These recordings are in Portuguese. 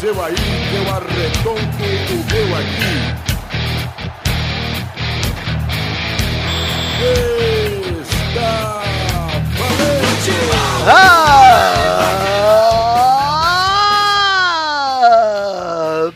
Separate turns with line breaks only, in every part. seu aí, eu arredonto o meu aqui. Está valente!
Ah!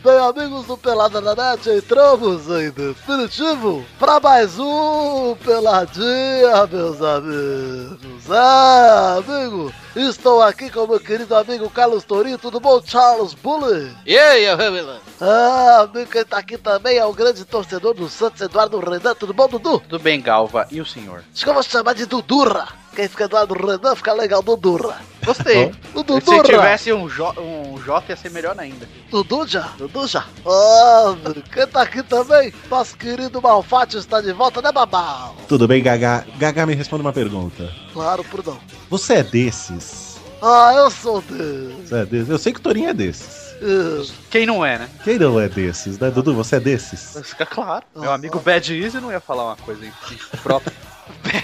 Bem, amigos do Pelada na Net, entramos em definitivo para mais um Peladinha, meus amigos. Ah, amigo, estou aqui com meu querido amigo Carlos Torinho, tudo bom? Charles Bully.
E aí, Hamilton?
Ah, amigo, quem tá aqui também é o grande torcedor do Santos, Eduardo Renan, tudo bom, Dudu?
Tudo bem, Galva? E o senhor?
Acho que eu vou chamar de Dudurra. Quem fica do lado do Renan fica legal, Dudurra.
Gostei.
Dudurra.
Se tivesse um, J, um J, ia ser melhor ainda.
Dudu já, Dudu já. Ó, quem tá aqui também? Nosso querido Malfátio está de volta, né, Babal?
Tudo bem, Gagá? Gagá, me responde uma pergunta.
Claro, Prudão.
Você é desses?
Ah, eu sou de...
Você é desses? Eu sei que o Torinho é desses.
eh,
Quem não é, né?
Quem não é desses, né? Dudu, você é desses?
Mas fica claro. Meu
Ah,
amigo
ah.
Bad Easy não ia falar uma coisa em própria.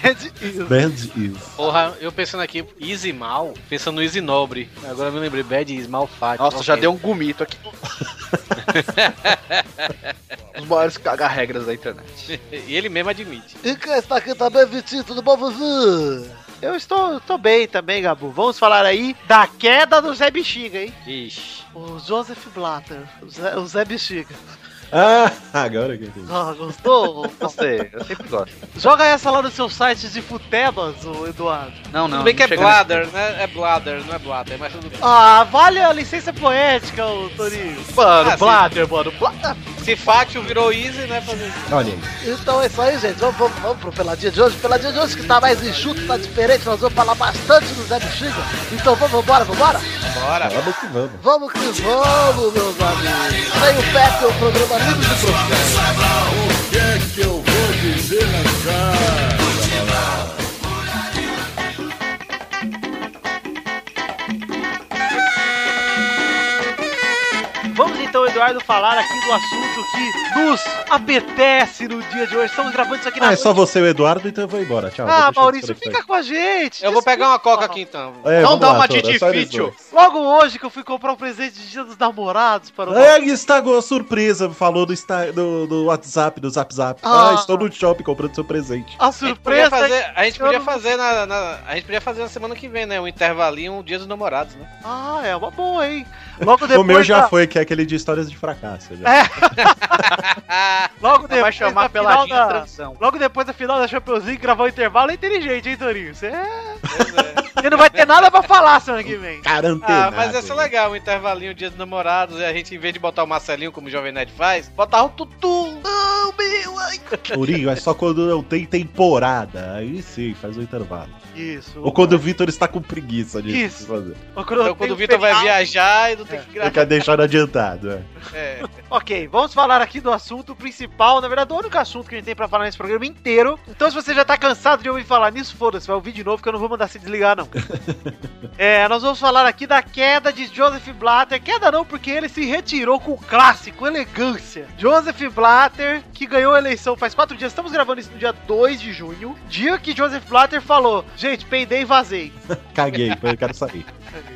Bad Easy.
Band is.
Porra, eu pensando aqui, Easy Mal, pensando no Easy Nobre. Agora eu me lembrei, Bad Easy Mal Fat.
Nossa, já deu um gomito aqui. Os maiores caga-regras da internet.
E ele mesmo admite.
E quem está aqui também, Vitinho? Tudo bom, Vivi?
Eu estou, eu tô bem também, Gabu. Vamos falar aí da queda do Zé Bexiga, hein?
Ixi.
O Joseph Blatter, o Zé, o Zé Bexiga.
Ah, agora que eu entendi.
Ah, gostou?
Gostei, eu sempre gosto.
Joga essa lá no seu site de futebas, ô Eduardo.
Não, não.
tudo bem que
não
é
chega
Bladder, né? É Bladder, não é Bladder, mas tudo bem.
Ah, vale a licença poética, ô Torinho. Mano,
Ah,
Blatter, mano. Blatter.
Se Fátio virou Easy, né? Fazer...
Olha aí.
Então é isso aí, gente. Vamos, vamos, vamos pro Peladinha de hoje. Peladinha de hoje que tá mais enxuto, tá diferente. Nós vamos falar bastante do Zé Bexiga. Então vamos embora, vambora?
Bora.
Vamos tá que vamos.
Vamos que vamos, meus amigos. Vem o Pepe, o programa livre de profissão.
O que é que eu vou dizer na cara?
Vamos então, Eduardo, falar aqui do assunto que nos apetece no dia de hoje. Estamos gravando isso aqui na
Ah, é só você e o Eduardo, então eu vou embora. Tchau.
Ah,
Deixa eu
Maurício,
desconectar
fica com a gente.
Eu vou pegar uma coca aqui então.
aqui. É,
Não
vamos
dá
lá,
uma
Toro,
de
é só eles
difícil.
dois.
Logo hoje que eu fui comprar um presente de dia dos namorados para o
É, Estagou, surpresa, falou do, Insta- do, do WhatsApp, do Zap Zap. Ah,
Ah.
estou no shopping comprando seu presente.
A
A gente podia
surpresa
fazer, a gente
eu
podia
não-
fazer na, na- a gente podia fazer na semana que vem, né? Um intervalinho, um dia dos namorados, né?
Ah, é uma boa, hein? Logo
o
depois.
meu já
da-
foi, que é aquele de histórias de fracasso. já.
É.
Ah,
Logo
Vai
depois
É,
chamar
da final
peladinha
da...
transição.
Logo depois da final da Champions League, gravar o intervalo é inteligente, hein, Torinho? Você
pois é.
você não vai ter nada pra falar semana que vem.
Carantenado.
ah mas
é
ia ser legal, um intervalinho, dia dos namorados, e a gente, em vez de botar o Marcelinho, como o Jovem Nerd faz, botar o Tutu.
Não, meu! ai.
Tourinho, é só quando não tem temporada. Aí sim, faz o intervalo.
Isso.
Ou quando o Vitor está com preguiça de
Isso.
fazer.
Ou quando
Então
tem
quando o Vitor vai
feriado.
viajar, e não
É.
tem que
Eu
gravar.
quero deixar adiantado. É.
É.
Ok, vamos falar aqui do assunto principal, na verdade, o único assunto que a gente tem pra falar nesse programa inteiro. Então, se você já tá cansado de ouvir falar nisso, foda-se, vai ouvir de novo que eu não vou mandar se desligar, não. é, nós vamos falar aqui da queda de Joseph Blatter. Queda não, porque ele se retirou com clássico, elegância. Joseph Blatter, que ganhou a eleição faz quatro dias, estamos gravando isso no dia 2 de junho, dia que Joseph Blatter falou: gente, peidei e vazei.
Caguei, eu quero sair.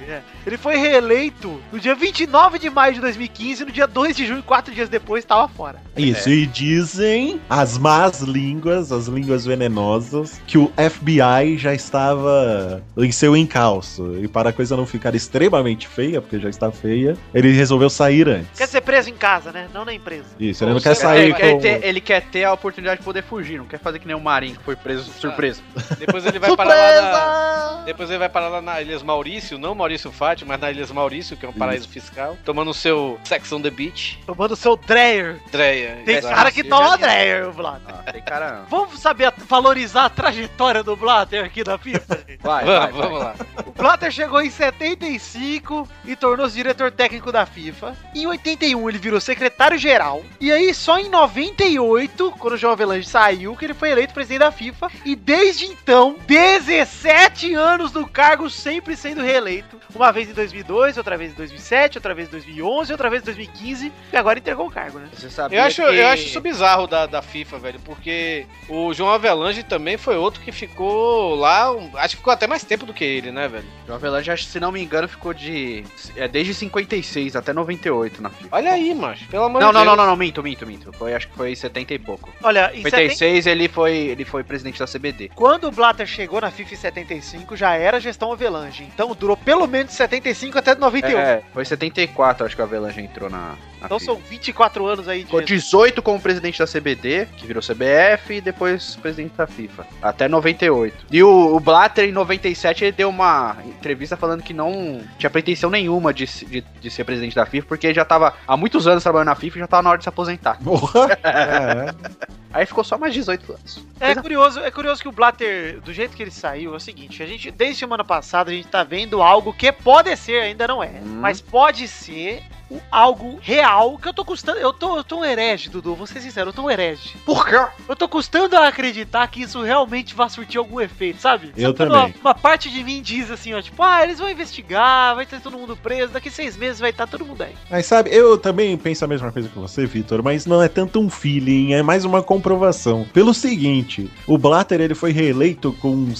É. Ele foi reeleito no dia 29 de maio de 2015, no dia 2 de junho, quatro dias depois, estava fora.
Isso, e dizem as más línguas, as línguas venenosas, que o FBI já estava em seu encalço. E para a coisa não ficar extremamente feia, porque já está feia, ele resolveu sair antes.
Quer ser preso em casa, né? Não na empresa.
Isso, ele não
Ou
quer
seja,
sair
ele, quer
com...
ter, ele quer ter a oportunidade de poder fugir, não quer fazer que nem o Marinho que foi preso surpresa.
Depois ele vai parar lá na,
Surpresa!
Depois ele vai parar lá na Ilhas Maurício, não Maurício Fátio, mas na Ilhas Maurício, que é um paraíso fiscal, tomando o seu Sex on the Beach.
Tomando seu Dreyer.
Dreia.
Tem
exato.
cara que toma Dreyer, Blatter.
Ah, tem cara.
Vamos saber a- valorizar a trajetória do Blatter aqui na FIFA?
Vai, vai,
Vamos,
vai.
vamos lá.
o Blatter chegou em 75 e tornou-se diretor técnico da FIFA. Em 81 ele virou secretário-geral. E aí só em 98, quando o João Avelange saiu, que ele foi eleito presidente da FIFA. E desde então, 17 anos no cargo, sempre sendo reeleito. eleito uma vez em 2002, outra vez em 2007, outra vez em 2011, outra vez em 2015 e agora entregou o cargo, né?
Você sabia
Eu acho,
que...
eu acho isso bizarro da, da FIFA, velho, porque o João Avelange também foi outro que ficou lá, um- acho que ficou até mais tempo do que ele, né, velho?
O Avelange, acho que, se não me engano, ficou de... É desde 56 até 98 na FIFA.
Olha aí, macho, pelo amor
Não,
de
não,
Deus.
não, não, não, minto, minto, minto. Foi, acho que foi 70 e pouco.
Olha, em 70
56 ele foi, ele foi presidente da CBD.
Quando o Blatter chegou na FIFA em 75, já era gestão Avelange. Então durou pelo menos de 75 até 91.
É, foi 74, acho que o Avelange entrou na, na
então
FIFA.
são 24 anos aí de.
Ficou 18 como presidente da CBD, que virou CBF, e depois presidente da FIFA. Até 98. E o, o Blatter, em 97, ele deu uma entrevista falando que não tinha pretensão nenhuma de, se- de, de ser presidente da FIFA, porque ele já tava há muitos anos trabalhando na FIFA e já tava na hora de se aposentar.
Porra! É,
Aí ficou só mais 18 anos.
É curioso, é curioso que o Blatter, do jeito que ele saiu, é o seguinte: a gente, desde semana passada, a gente tá vendo algo que pode ser, ainda não é,
Hum.
mas pode ser o- algo real que eu tô custando. Eu tô, eu tô um herege, Dudu, vou ser sincero, eu tô um herege.
Por quê?
Eu tô custando a acreditar que isso realmente vai surtir algum efeito, sabe?
Eu
Sabe quando uma-
também.
Uma, parte de mim diz assim, ó, tipo, ah, eles vão investigar, vai ter todo mundo preso, daqui seis meses vai estar todo mundo aí.
Mas sabe, eu também penso a mesma coisa que você, Vitor, mas não é tanto um feeling, é mais uma comprovação. Pelo seguinte, o Blatter ele foi reeleito com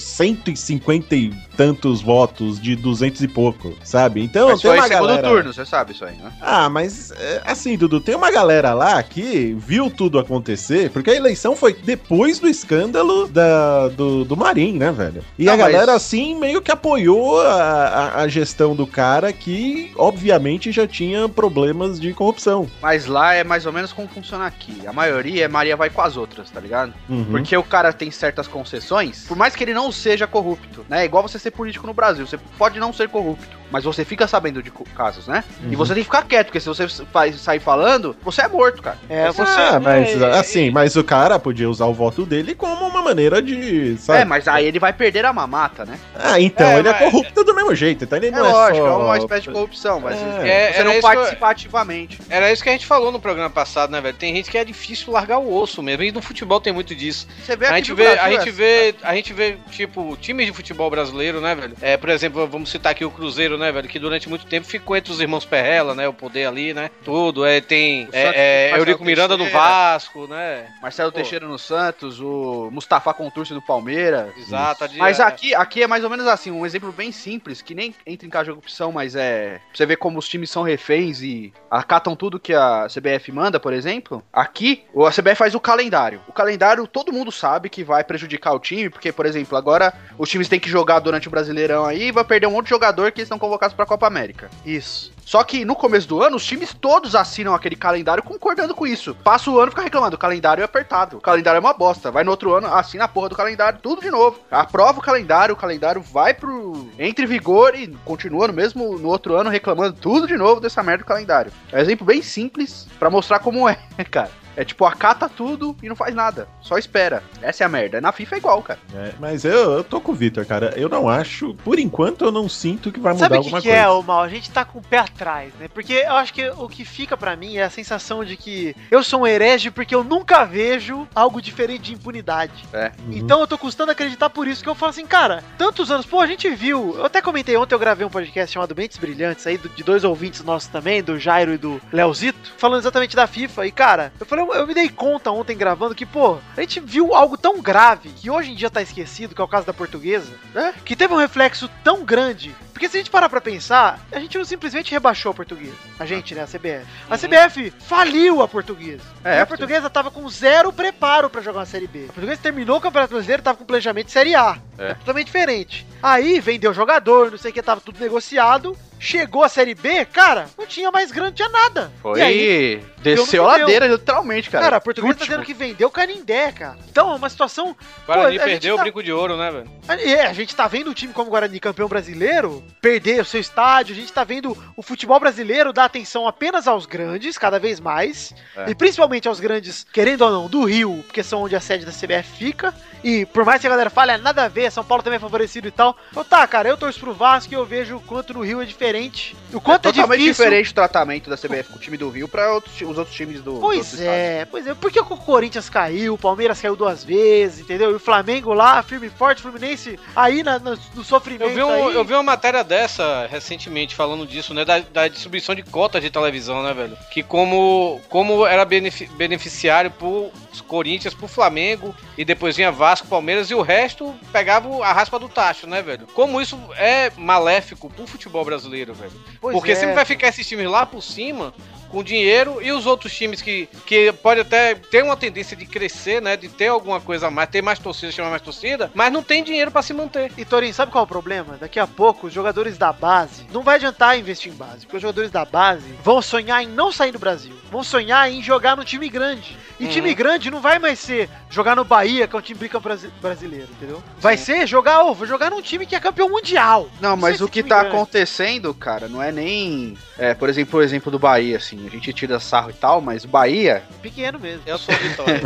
150 e tantos votos de 200 e pouco, sabe? Então
Mas
tem
foi
uma
segundo
galera...
turno, você sabe isso aí, né?
Ah, mas é, assim, Dudu, tem uma galera lá que viu tudo acontecer, porque a eleição foi depois do escândalo da, do, do Marim, né, velho? E
Não,
a
mas-
galera, assim, meio que apoiou a, a- a gestão do cara que, obviamente, já tinha problemas de corrupção.
Mas lá é mais ou menos como funciona aqui. A maioria é Maria vai com as outras, tá ligado?
Uhum.
Porque o cara tem certas concessões, por mais que ele não seja corrupto, né? É igual você ser político no Brasil, você pode não ser corrupto, mas você fica sabendo de co- casos, né? E
Uhum.
você tem que ficar quieto, porque se você fa- sair falando, você é morto, cara.
É,
Ah, mas assim, mas o cara podia usar o voto dele como uma maneira de. Sabe?
É, mas aí ele vai perder a mamata, né?
Ah, então,
É,
ele é
mas-
corrupto do mesmo jeito, então ele
É
não é
lógico, é
só-
uma espécie de corrupção, mas
É,
você
era
não
isso que eu-
participa ativamente.
Era isso que a gente falou no programa passado, né, velho? Tem gente que é difícil largar o osso mesmo, e no futebol tem muito disso.
Você vê
A
aqui
gente
no
vê,
Brasil é assim,
a gente
essa-
vê, a gente vê, tipo, times de futebol brasileiro, né, velho? É, por exemplo, vamos citar aqui o Cruzeiro, né, velho? Que durante muito tempo ficou entre os irmãos Perrela, né? O poder ali, né? Tudo. É, tem
O Santos
é, é,
com Marcelo
Eurico Miranda no
Teixeira.
Vasco, né?
Marcelo
Pô.
Teixeira no Santos, o Mustafa Contursi no Palmeiras.
Exato. ali,
Mas
é-
aqui, aqui é mais ou menos assim, um exemplo bem simples, que nem entra em casa de corrupção, mas é. pra Você vê como os times são reféns e acatam tudo que a CBF manda, por exemplo. Aqui, o- a CBF faz o calendário. O calendário todo mundo sabe que vai prejudicar o time, porque, por exemplo, agora os times têm que jogar durante o Brasileirão aí e vai perder um monte de jogador que eles estão convocados pra Copa América.
Isso.
Só que no começo do ano, os times todos assinam aquele calendário concordando com isso. Passa o ano, fica reclamando. O calendário é apertado. O calendário é uma bosta. Vai no outro ano, assina a porra do calendário, tudo de novo. Aprova o calendário, o calendário vai pro. Entre em vigor e continua no mesmo no outro ano reclamando tudo de novo dessa merda do calendário. É um exemplo bem simples pra mostrar como é, cara. É tipo, acata tudo e não faz nada. Só espera. Essa é a merda. Na FIFA é igual, cara.
É, mas eu, eu tô com o Vitor, cara. Eu não acho. Por enquanto, eu não sinto que vai mudar
Sabe o que,
alguma
que
coisa.
é, o mal? A gente tá com o pé atrás, né? Porque eu acho que o que fica pra mim é a sensação de que eu sou um herege porque eu nunca vejo algo diferente de impunidade.
Uhum.
Então eu tô custando acreditar por isso que eu falo assim, cara, tantos anos, pô, a gente viu. Eu até comentei ontem, eu gravei um podcast chamado Mentes Brilhantes aí, do- de dois ouvintes nossos também, do Jairo e do Leozito, falando exatamente da FIFA. E, cara, eu falei, eu, eu me dei conta ontem gravando que, pô, a gente viu algo tão grave que hoje em dia tá esquecido, que é o caso da portuguesa, né? Que teve um reflexo tão grande. Porque se a gente parar pra pensar, a gente não simplesmente rebaixou a portuguesa. A gente, né? A CBF. A
Uhum.
CBF faliu a portuguesa.
É,
E a
pô.
portuguesa tava com zero preparo pra jogar uma Série B. A portuguesa terminou o Campeonato Brasileiro, tava com planejamento de Série A.
É.
É. Totalmente diferente. Aí vendeu jogador, não sei o que, tava tudo negociado. Chegou a Série B, cara, não tinha mais grana, não tinha nada. E aí,
Desceu a
deu no que
ladeira, literalmente, cara.
cara, a portuguesa tá
último.
dizendo que vendeu o Canindé, cara. Então, é uma situação.
O Guarani
pô, a gente
perdeu
tá-
o brinco de ouro, né, velho?
É, a gente tá vendo o time como o Guarani campeão brasileiro perder o seu estádio, a gente tá vendo o futebol brasileiro dar atenção apenas aos grandes, cada vez mais,
É.
e principalmente aos grandes, querendo ou não, do Rio, porque são onde a sede da CBF fica, e por mais que a galera fale, ah, nada a ver, São Paulo também é favorecido e tal, então tá, cara, eu torço pro Vasco e eu vejo o quanto no Rio é diferente, o quanto é,
totalmente
difícil...
diferente o tratamento da CBF com o time do Rio pra outros ti- os outros times do.
Pois
do
é, pois é. Por que o Corinthians caiu, o Palmeiras caiu duas vezes, entendeu? E o Flamengo lá, firme e forte, o Fluminense aí na- no, no sofrimento.
Eu vi, um-
aí.
eu vi uma matéria dessa recentemente falando disso, né? Da, da distribuição de cotas de televisão, né, velho? Que como, como era benefi- beneficiário pro Corinthians, pro Flamengo, e depois vinha Vasco, Palmeiras, e o resto pegava a raspa do tacho, né, velho? Como isso é maléfico pro futebol brasileiro, velho.
Pois
Porque
é.
sempre vai ficar esses times lá por cima com dinheiro e os outros times que, que pode até ter uma tendência de crescer, né? De ter alguma coisa a mais, ter mais torcida, chamar mais torcida, mas não tem dinheiro pra se manter.
E Torinho, sabe qual é o problema? Daqui a pouco, os jogadores da base. Não vai adiantar investir em base, porque os jogadores da base vão sonhar em não sair do Brasil. Vão sonhar em jogar no time grande. E
Uhum.
time grande não vai mais ser jogar no Bahia, que é um time bicampeão brasi- brasileiro, entendeu? Vai ser jogar, ô, vou jogar num time que é campeão mundial.
Não, mas
sei
o
se
que
me
tá
engano.
acontecendo, cara, não é nem. É, por exemplo, o exemplo do Bahia, assim. A gente tira sarro e tal, mas o Bahia
Pequeno mesmo.
Eu sou a Vitória.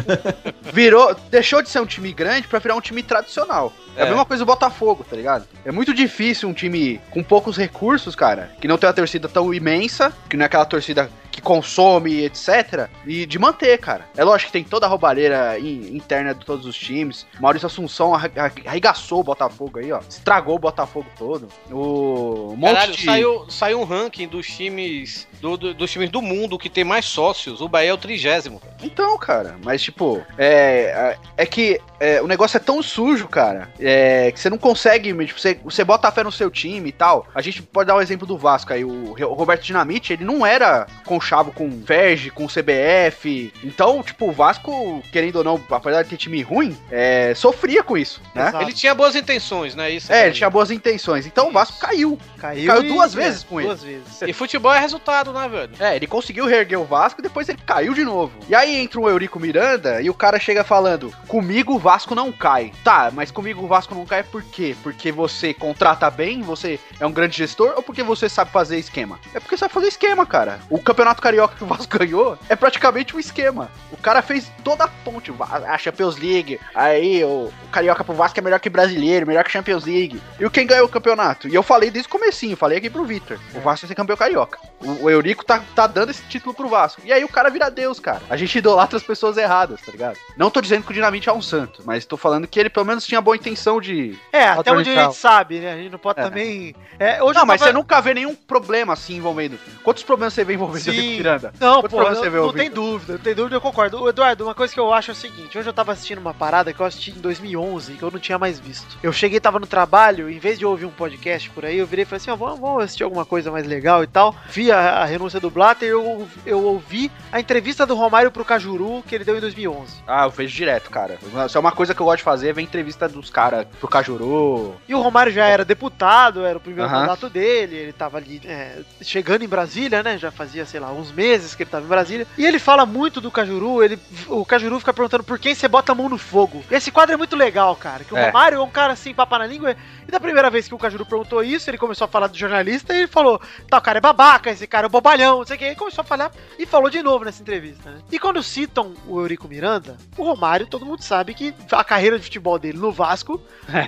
virou. deixou de ser um time grande pra virar um time tradicional. É. a
É.
mesma coisa do Botafogo, tá ligado? É muito difícil um time com poucos recursos, cara, que não tem uma torcida tão imensa, que não é aquela torcida que consome, etc., e de manter, cara. É lógico que tem toda a roubalheira in- interna de todos os times. Maurício Assunção arra- arregaçou o Botafogo aí, ó. Estragou o Botafogo todo. O um monte
Caralho,
de...
saiu, saiu um ranking dos times do, do- dos times do mundo que tem mais sócios. O Bahia é o trigésimo.
Então, cara, mas tipo, é, é que é, o negócio é tão sujo, cara, é, que você não consegue, tipo, você, você bota a fé no seu time e tal. A gente pode dar o exemplo do Vasco aí, o, Re- o Roberto Dinamite, ele não era conchavo com o Verge, com o CBF, então, tipo, o Vasco, querendo ou não, apesar de ter time ruim, é, sofria com isso, né?
Exato.
Ele tinha boas intenções, né? Isso
É, ele tinha boas intenções, então o Vasco caiu.
Caiu,
Caiu
e- é,
duas vezes com ele.
Duas vezes.
E futebol é resultado, né, velho?
É, ele conseguiu reerguer o Vasco, depois ele caiu de novo. E aí entra o Eurico Miranda e o cara chega falando: comigo o Vasco não cai. Tá, mas comigo o Vasco não cai por quê? Porque você contrata bem, você é um grande gestor ou porque você sabe fazer esquema? É porque sabe fazer esquema, cara. O campeonato carioca que o Vasco ganhou é praticamente um esquema. O cara fez toda a ponte, o Va- a Champions League, aí o o carioca pro Vasco é melhor que brasileiro, melhor que Champions League. E o quem ganhou o campeonato? E eu falei desde o comecinho, falei aqui pro Victor. O Vasco vai ser campeão carioca. O, o Eurico tá, tá dando esse título pro Vasco. E aí o cara vira Deus, cara. A gente idolatra as pessoas erradas, tá ligado? Não tô dizendo que o Dinamite é um santo, mas tô falando que ele pelo menos tinha boa intenção de.
É, até onde a
Patronical.
gente sabe, né? A gente não pode
É.
também. É, hoje
Não,
eu
mas
tava-
você nunca vê nenhum problema assim envolvendo. Quantos problemas você vê envolvendo
Sim.
o Eurico Miranda?
Não,
Quanto
pô,
pra
não,
você ver,
não
ô,
tem dúvida, não tem dúvida, eu concordo. Ô, Eduardo, uma coisa que eu acho é o seguinte, hoje eu tava assistindo uma parada que eu assisti em 2011, que eu não tinha mais visto. Eu cheguei, tava no trabalho, em vez de ouvir um podcast por aí, eu virei e falei assim, ó, vamos, vamos assistir alguma coisa mais legal e tal. Vi a, a renúncia do Blatter, eu, eu ouvi a entrevista do Romário pro Cajuru, que ele deu em 2011.
Ah, eu vejo direto, cara. Isso é uma coisa que eu gosto de fazer, ver entrevista dos caras pro Cajuru.
E o Romário já era deputado, era o primeiro
Aham.
mandato dele, ele tava ali é, chegando em Brasília, né? Já fazia, sei lá, uns meses que ele tava em Brasília. E ele fala muito do Cajuru, ele, o Cajuru fica perguntando por quem você bota a mão no fogo. E esse quadro é muito legal, cara, que o
É.
Romário é um cara assim, papo na língua. E da primeira vez que o Cajuru perguntou isso, ele começou a falar do jornalista e ele falou, tá, o cara é babaca, esse cara é bobalhão, não sei o que. E começou a falar e falou de novo nessa entrevista, né? E quando citam o Eurico Miranda, o Romário, todo mundo sabe que a carreira de futebol dele no Vasco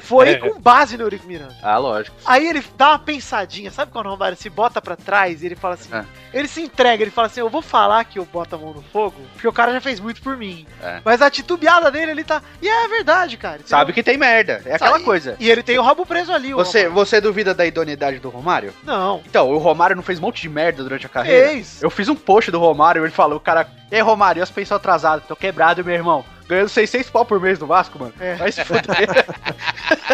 foi
É.
com base no Eurico Miranda.
Ah, lógico.
Aí ele dá uma pensadinha, sabe quando o Romário se bota pra trás e ele fala assim.
É.
Ele se entrega, ele fala assim: Eu vou falar que eu boto a mão no fogo, porque o cara já fez muito por mim.
É.
Mas a titubeada dele ali tá. E é verdade, cara. entendeu?
Sabe que tem merda. É aquela
Sabe-
coisa.
E ele tem o rabo preso ali, o
Você,
Romário.
você duvida da idoneidade do Romário?
Não.
Então, o Romário não fez um monte de merda durante a carreira.
Fez.
Eu fiz um post do Romário, ele falou, cara, ei Romário, e as pensões atrasadas, tô quebrado, meu irmão. Ganhando 600 pau por mês do Vasco, mano.
É.
Vai se fuder.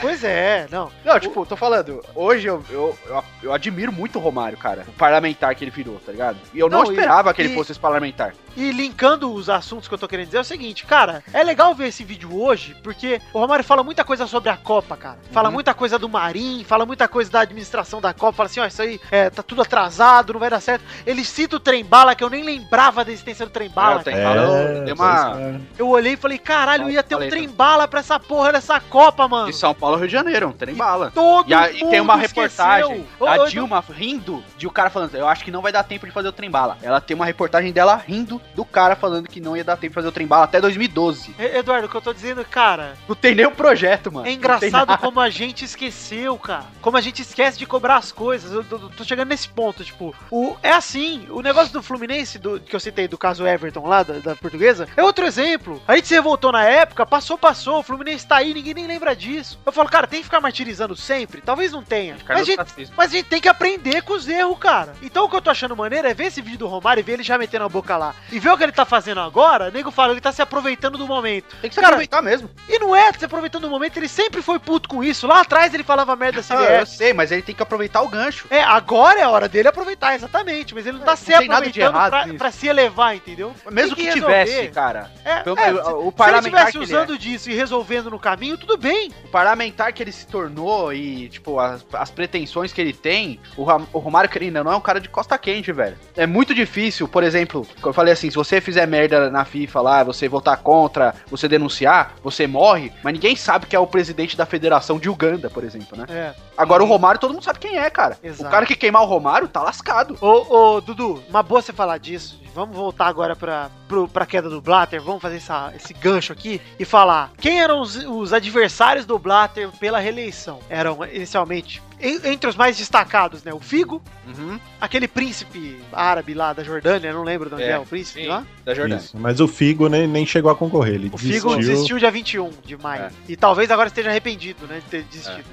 Pois é, não.
Não, tipo, tô falando, hoje eu, eu, eu, eu admiro muito o Romário, cara. O parlamentar que ele virou, tá ligado? E eu não,
Não, e-
esperava que ele
e-
fosse esse parlamentar.
E linkando os assuntos que eu tô querendo dizer é o seguinte, cara, é legal ver esse vídeo hoje, porque o Romário fala muita coisa sobre a Copa, cara. Fala
Uhum.
muita coisa do Marim, fala muita coisa da administração da Copa, fala assim, ó, isso aí é, tá tudo atrasado, não vai dar certo. Ele cita o trem bala, que eu nem lembrava da existência do trem bala.
Né, Eu tenho-
É,
Falou, deu uma-
pois é.
Eu olhei e falei, caralho, ia ter um
Falei,
trem bala pra essa porra dessa Copa, mano.
De São Paulo ao Rio de Janeiro, trem bala.
Todo
E, a- e tem uma
mundo esqueceu.
reportagem
Ô, então
da
ô, Edu-
Dilma rindo de o cara falando, eu acho que não vai dar tempo de fazer o trem bala. Ela tem uma reportagem dela rindo do cara falando que não ia dar tempo de fazer o trem bala até 2012.
E- Eduardo, o que eu tô dizendo, cara,
Não tem nem o projeto, mano. Não
é
tem
engraçado
nada.
como a gente esqueceu, cara. Como a gente esquece de cobrar as coisas. Eu tô, tô chegando nesse ponto, tipo, o, é assim, o negócio do Fluminense, do, que eu citei, do caso Everton lá, da, da portuguesa, é outro exemplo. A gente se revoltou na época, passou, passou, o Fluminense tá aí, ninguém nem lembra disso. Eu falo, cara, tem que ficar martirizando sempre? Talvez não tenha. Mas a gente Mas a gente tem que aprender com os erros, cara. Então o que eu tô achando maneiro é ver esse vídeo do Romário e ver ele já metendo a boca lá. E ver o que ele tá fazendo agora, o nego fala, ele tá se aproveitando do momento.
Tem que se
Cara,
aproveitar mesmo.
E não é se aproveitando do momento, ele sempre foi puto com isso. Lá atrás ele falava merda se
Ah,
ele
eu
é.
sei, mas ele tem que aproveitar o gancho.
É, agora é a hora dele aproveitar, exatamente. Mas ele não tá se
É, tem nada de
aproveitando
errado
pra,
nisso.
pra se elevar, entendeu?
Mesmo
Tem
que,
que
tivesse,
resolver.
cara.
É,
Pelo-
é,
o-
se-
o
se ele
parlamentar
estivesse
que ele é.
usando disso e resolvendo no caminho, tudo bem.
O parlamentar que ele se tornou e, tipo, as, as pretensões que ele tem, o, Ram- o Romário que ainda não é um cara de costa quente, velho. É muito difícil, por exemplo, eu falei assim, se você fizer merda na FIFA lá, você votar contra, você denunciar, você morre, mas ninguém sabe que é o presidente da federação de Uganda, por exemplo, né?
É.
Agora o Romário, todo mundo sabe quem é, cara.
Exato.
O cara que queimar o Romário tá lascado.
Ô, ô, Dudu, uma boa você falar disso. Vamos voltar agora pra, pro, pra queda do Blatter. Vamos fazer essa- esse gancho aqui e falar. Quem eram os, os adversários do Blatter pela reeleição? Eram, inicialmente, en- entre os mais destacados, né? O Figo, aquele príncipe árabe lá da Jordânia, não lembro de onde é,
É,
o príncipe
sim.
lá.
Da Jordânia.
Isso. Mas o Figo né, nem chegou a concorrer. Ele
é O Figo
desistiu.
desistiu dia 21 de maio.
É.
E talvez agora esteja arrependido, né? De ter desistido.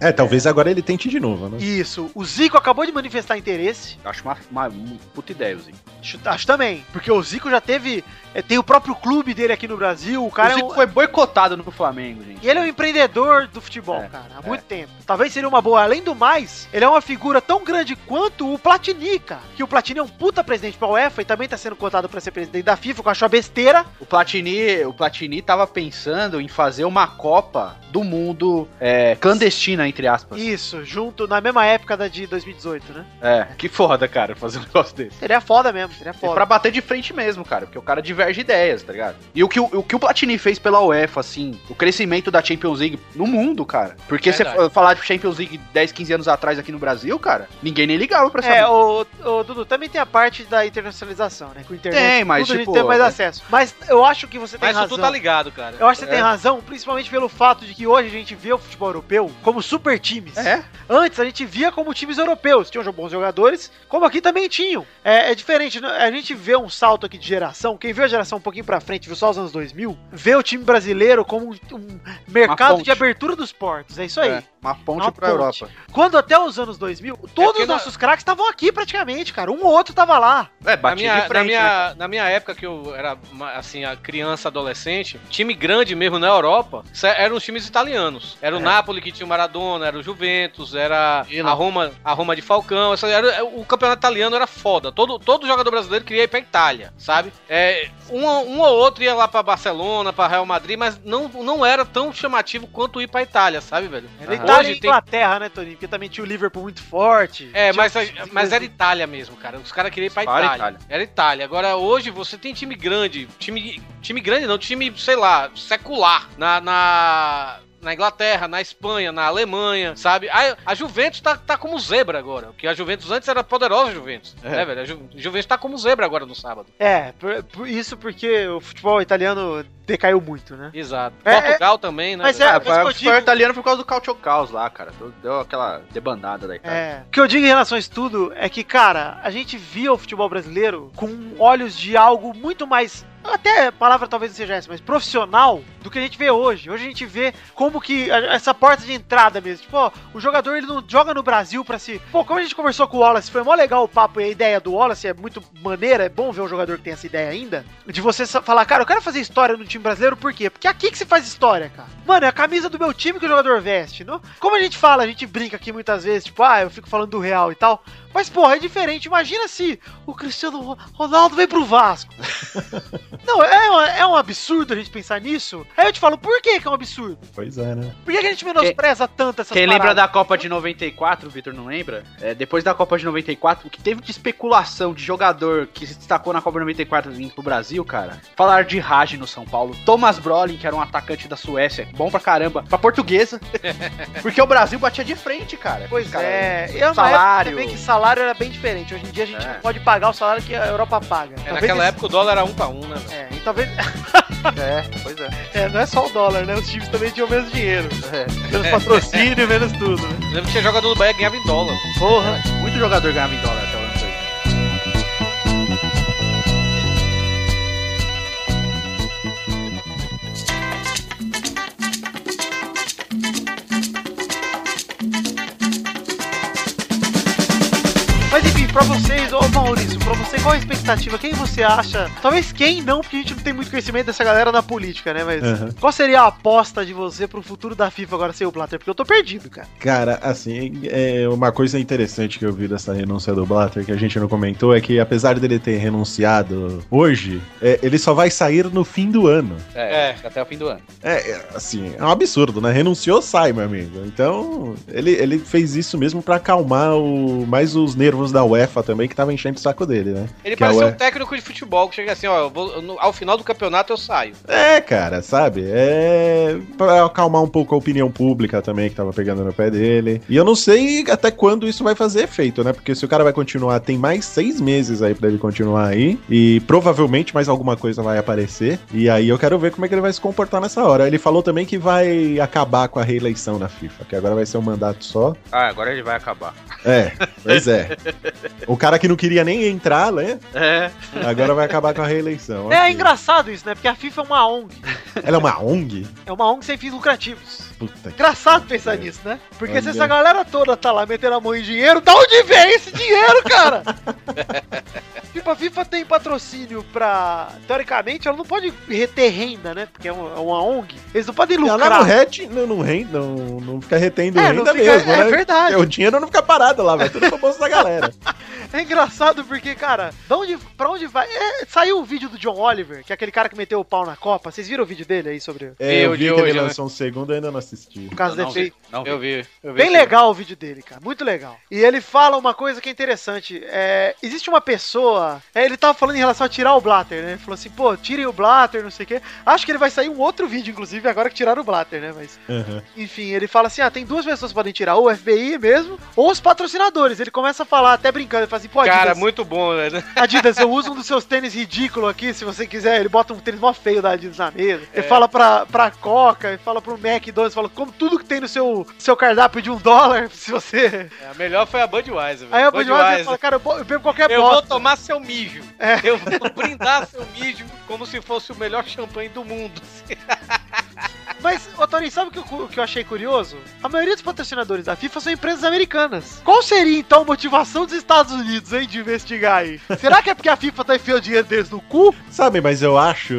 É, talvez agora ele tente de novo, né?
Isso. O Zico acabou de manifestar interesse.
Acho uma, uma- uma puta ideia, assim. Zinho.
Acho, acho também. Porque o Zico já teve. eh, tem o próprio clube dele aqui no Brasil. O cara
o
é
Zico
um-
foi boicotado no Flamengo, gente.
E ele é um empreendedor do futebol,
É,
cara, há
é.
muito tempo. Talvez seria uma boa. Além do mais, ele é uma figura tão grande quanto o Platini, cara. Que o Platini é um puta presidente pra UEFA e também tá sendo cotado pra ser presidente da FIFA, que eu acho uma besteira.
O Platini, o Platini tava pensando em fazer uma Copa do Mundo é, clandestina, entre aspas.
Isso, junto, na mesma época da de 2018, né?
É, que foda, cara, fazer um negócio desse.
Seria foda mesmo, seria
É
foda.
pra bater de frente mesmo, cara, porque o cara diverge ideias, tá ligado? E o que o, o que o Platini fez pela UEFA, assim, o crescimento da Champions League no mundo, cara. Porque você
Verdade.
fa- falar de Champions League 10, 15 anos atrás aqui no Brasil, cara, ninguém nem ligava pra
É,
saber.
o, o Dudu, também tem a parte da internacionalização, né? Com internet,
Tem, mas,
tudo a gente
tipo,
tem mais
é-
acesso. Mas eu acho que você tem
Mas isso
razão.
tu tá ligado, cara.
Eu acho que você
É.
tem razão, principalmente pelo fato de que hoje a gente vê o futebol europeu como super times.
É,
Antes a gente via como times europeus, tinham bons jogadores, como aqui também tinham. É, é diferente, né? a gente vê um salto aqui de geração, quem viu a geração um pouquinho pra frente, viu só os anos 2000, vê o time brasileiro como um, um mercado
ponte.
de abertura dos portos, é isso aí.
é, uma ponte
Uma
pra
ponte.
Europa.
Quando até os anos 2000, todos
É porque
os
na-
nossos craques estavam aqui praticamente, cara, um ou outro tava lá.
É,
Na
bate de
minha,
frente.
na,
né?
minha, na minha época que eu era ma- assim, a criança, adolescente, time grande mesmo na Europa, cê- eram os times italianos. Era
É.
o Napoli que tinha o Maradona, era o Juventus, era a Roma, a Roma de Falcão. essa- era- é, o campeonato italiano era foda. Todo, todo jogador brasileiro queria ir pra Itália, sabe? É, um, um ou outro ia lá pra Barcelona, pra Real Madrid, mas não, não era tão chamativo quanto ir pra Itália, sabe, velho?
Era
Aham.
Itália e
Hoje tem-
Tá Inglaterra, né, Toninho? Porque também tinha o Liverpool muito forte.
É,
tinha
mas,
os-
a- mas era Itália mesmo, cara. Os caras queriam ir pra
Para
Itália.
Itália.
Era Itália. Agora, hoje, você tem time grande. Time, time grande não, time, sei lá, secular. Na, na, na Inglaterra, na Espanha, na Alemanha, sabe? A, a Juventus tá, tá como zebra agora. Porque a Juventus antes era poderosa Juventus. É, né, velho? A Ju- Juventus tá como zebra agora no sábado.
É, por- por isso porque o futebol italiano decaiu muito, né?
Exato.
É,
Portugal também, né?
mas
velho?
é-
É,
por isso que eu
foi, foi
digo-
italiano por causa do Cautio Caos lá, cara. Deu aquela debandada da Itália.
É. O que eu digo em relação a isso tudo é que, cara, a gente via o futebol brasileiro com olhos de algo muito mais. Até a palavra talvez não seja essa, mas profissional do que a gente vê hoje. Hoje a gente vê como que a- essa porta de entrada mesmo. Tipo, ó, o jogador ele não joga no Brasil pra se. Pô, como a gente conversou com o Wallace, foi mó legal o papo e a ideia do Wallace é muito maneira, é bom ver um jogador que tem essa ideia ainda. De você sa- falar, cara, eu quero fazer história no time brasileiro, por quê? Porque é aqui que se faz história, cara. Mano, é a camisa do meu time que o jogador veste. Não? Como a gente fala, a gente brinca aqui muitas vezes, tipo, ah, eu fico falando do Real e tal. Mas, porra, é diferente. Imagina se o Cristiano Ro- Ronaldo vem pro Vasco. Não, é, um- é um absurdo a gente pensar nisso. Aí eu te falo, por que que é um absurdo?
Pois é, né?
Por que, que a gente menospreza tanto essas
Quem lembra
paradas?
da Copa de 94, Vitor, não lembra? É, depois da Copa de 94, o que teve de especulação de jogador que se destacou na Copa de 94 vindo pro Brasil, cara? Falar de Raj no São Paulo, Thomas Brolin, que era um atacante da Suécia, bom pra caramba, pra portuguesa. porque o Brasil batia de frente, cara.
Pois
cara, né?
é, e é uma
salário.
época também que salário era bem diferente. Hoje em dia a gente
É.
não pode pagar o salário que a Europa paga.
É,
Talvez
naquela
isso-
época o dólar era um pra um, né, velho?
É, e talvez.
É, pois é.
É, não é só o dólar, né? Os times também tinham menos dinheiro. Menos patrocínio, menos tudo, né?
Eu lembro que tinha jogador do Bahia que ganhava em dólar.
Porra.
Muito jogador ganhava em dólar até o ano passado.
Mas enfim, pra vocês, ô Maurício, pra você, qual a expectativa? Quem você acha? Talvez quem não, porque a gente não tem muito conhecimento dessa galera na política, né? Mas.
Aham.
Qual seria a aposta de você pro futuro da FIFA agora sem o Blatter? Porque eu tô perdido, cara.
Cara, assim, é, uma coisa interessante que eu vi dessa renúncia do Blatter, que a gente não comentou, é que apesar dele ter renunciado hoje, é, ele só vai sair no fim do ano.
É, É,
até o fim do ano.
É, é, assim, é um absurdo, né? Renunciou, sai, meu amigo. Então, ele, ele fez isso mesmo pra acalmar o, mais os nervos da UEFA também, que tava enchendo o saco dele, né?
Ele
é
Que a
parece
UE
um técnico de futebol que chega assim, ó, eu vou- eu no- ao final do campeonato eu saio.
É, cara, sabe? É pra acalmar um pouco a opinião pública também, que tava pegando no pé dele. E eu não sei até quando isso vai fazer efeito, né? Porque se o cara vai continuar, tem mais seis meses aí pra ele continuar aí. E provavelmente mais alguma coisa vai aparecer. E aí eu quero ver como é que ele vai se comportar nessa hora. Ele falou também que vai acabar com a reeleição na FIFA, que agora vai ser um mandato só.
Ah, agora ele vai acabar.
É, pois é. O cara que não queria nem entrar, né?
É.
Agora vai acabar com a reeleição.
É
Ok.
engraçado isso, né? Porque a FIFA é uma ONG.
Ela é uma ONG?
É uma ONG sem fins lucrativos.
Puta que.
Engraçado pensar
É.
nisso, né? Porque se
Olha.
essa galera toda tá lá metendo a mão em dinheiro, da onde vem esse dinheiro, cara? tipo, a FIFA tem patrocínio pra. Teoricamente, ela não pode reter renda, né? Porque é uma, é uma ONG. Eles não podem lucrar.
Ela não rete, não, não, rende, não, não fica retendo
É, não
renda
fica-
mesmo,
é
né?
verdade.
Porque O dinheiro não fica parado lá, vai tudo pro bolso da galera.
É engraçado porque, cara, de onde, pra onde vai? É, saiu o vídeo do John Oliver, que é aquele cara que meteu o pau na Copa. Vocês viram o vídeo dele aí sobre
É, eu
Meu
vi que
Deus,
ele
né?
lançou um segundo e ainda não assisti.
o caso do efeito?
Não,
Eu vi, eu vi.
Bem
esse-
legal o vídeo dele, cara. Muito legal. E ele fala uma coisa que é interessante. É, existe uma pessoa. é, ele tava falando em relação a tirar o Blatter, né? Ele falou assim, pô, tirem o Blatter, não sei o quê. Acho que ele vai sair um outro vídeo, inclusive, agora que tiraram o Blatter, né? Mas.
Aham.
Enfim, ele fala assim: ah, tem duas pessoas que podem tirar, ou o FBI mesmo, ou os patrocinadores. Ele começa a falar, até brincando, ele fala assim, pô,
Cara,
Adidas,
muito bom, né?
Adidas, eu uso um dos seus tênis ridículo aqui, se você quiser. Ele bota um tênis mó feio da Adidas na mesa. Ele fala pra, pra Coca, ele fala pro McDonald's, fala como tudo que tem no seu, seu cardápio de um dólar, se você...
É,
A melhor foi a Budweiser, velho.
Aí o McDonald's fala, cara, eu bo- eu bebo qualquer
Eu vou
bosta.
tomar seu mijo.
É.
Eu vou brindar seu mijo como se fosse o melhor champanhe do mundo.
Mas, ô Tony, sabe o que, eu cu- o que eu achei curioso? A maioria dos patrocinadores da FIFA são empresas americanas. Qual seria, então, a motivação dos Estados Unidos, hein, de investigar aí? Será que é porque a FIFA tá enfiando dinheiro deles no cu?
Sabe, mas eu acho,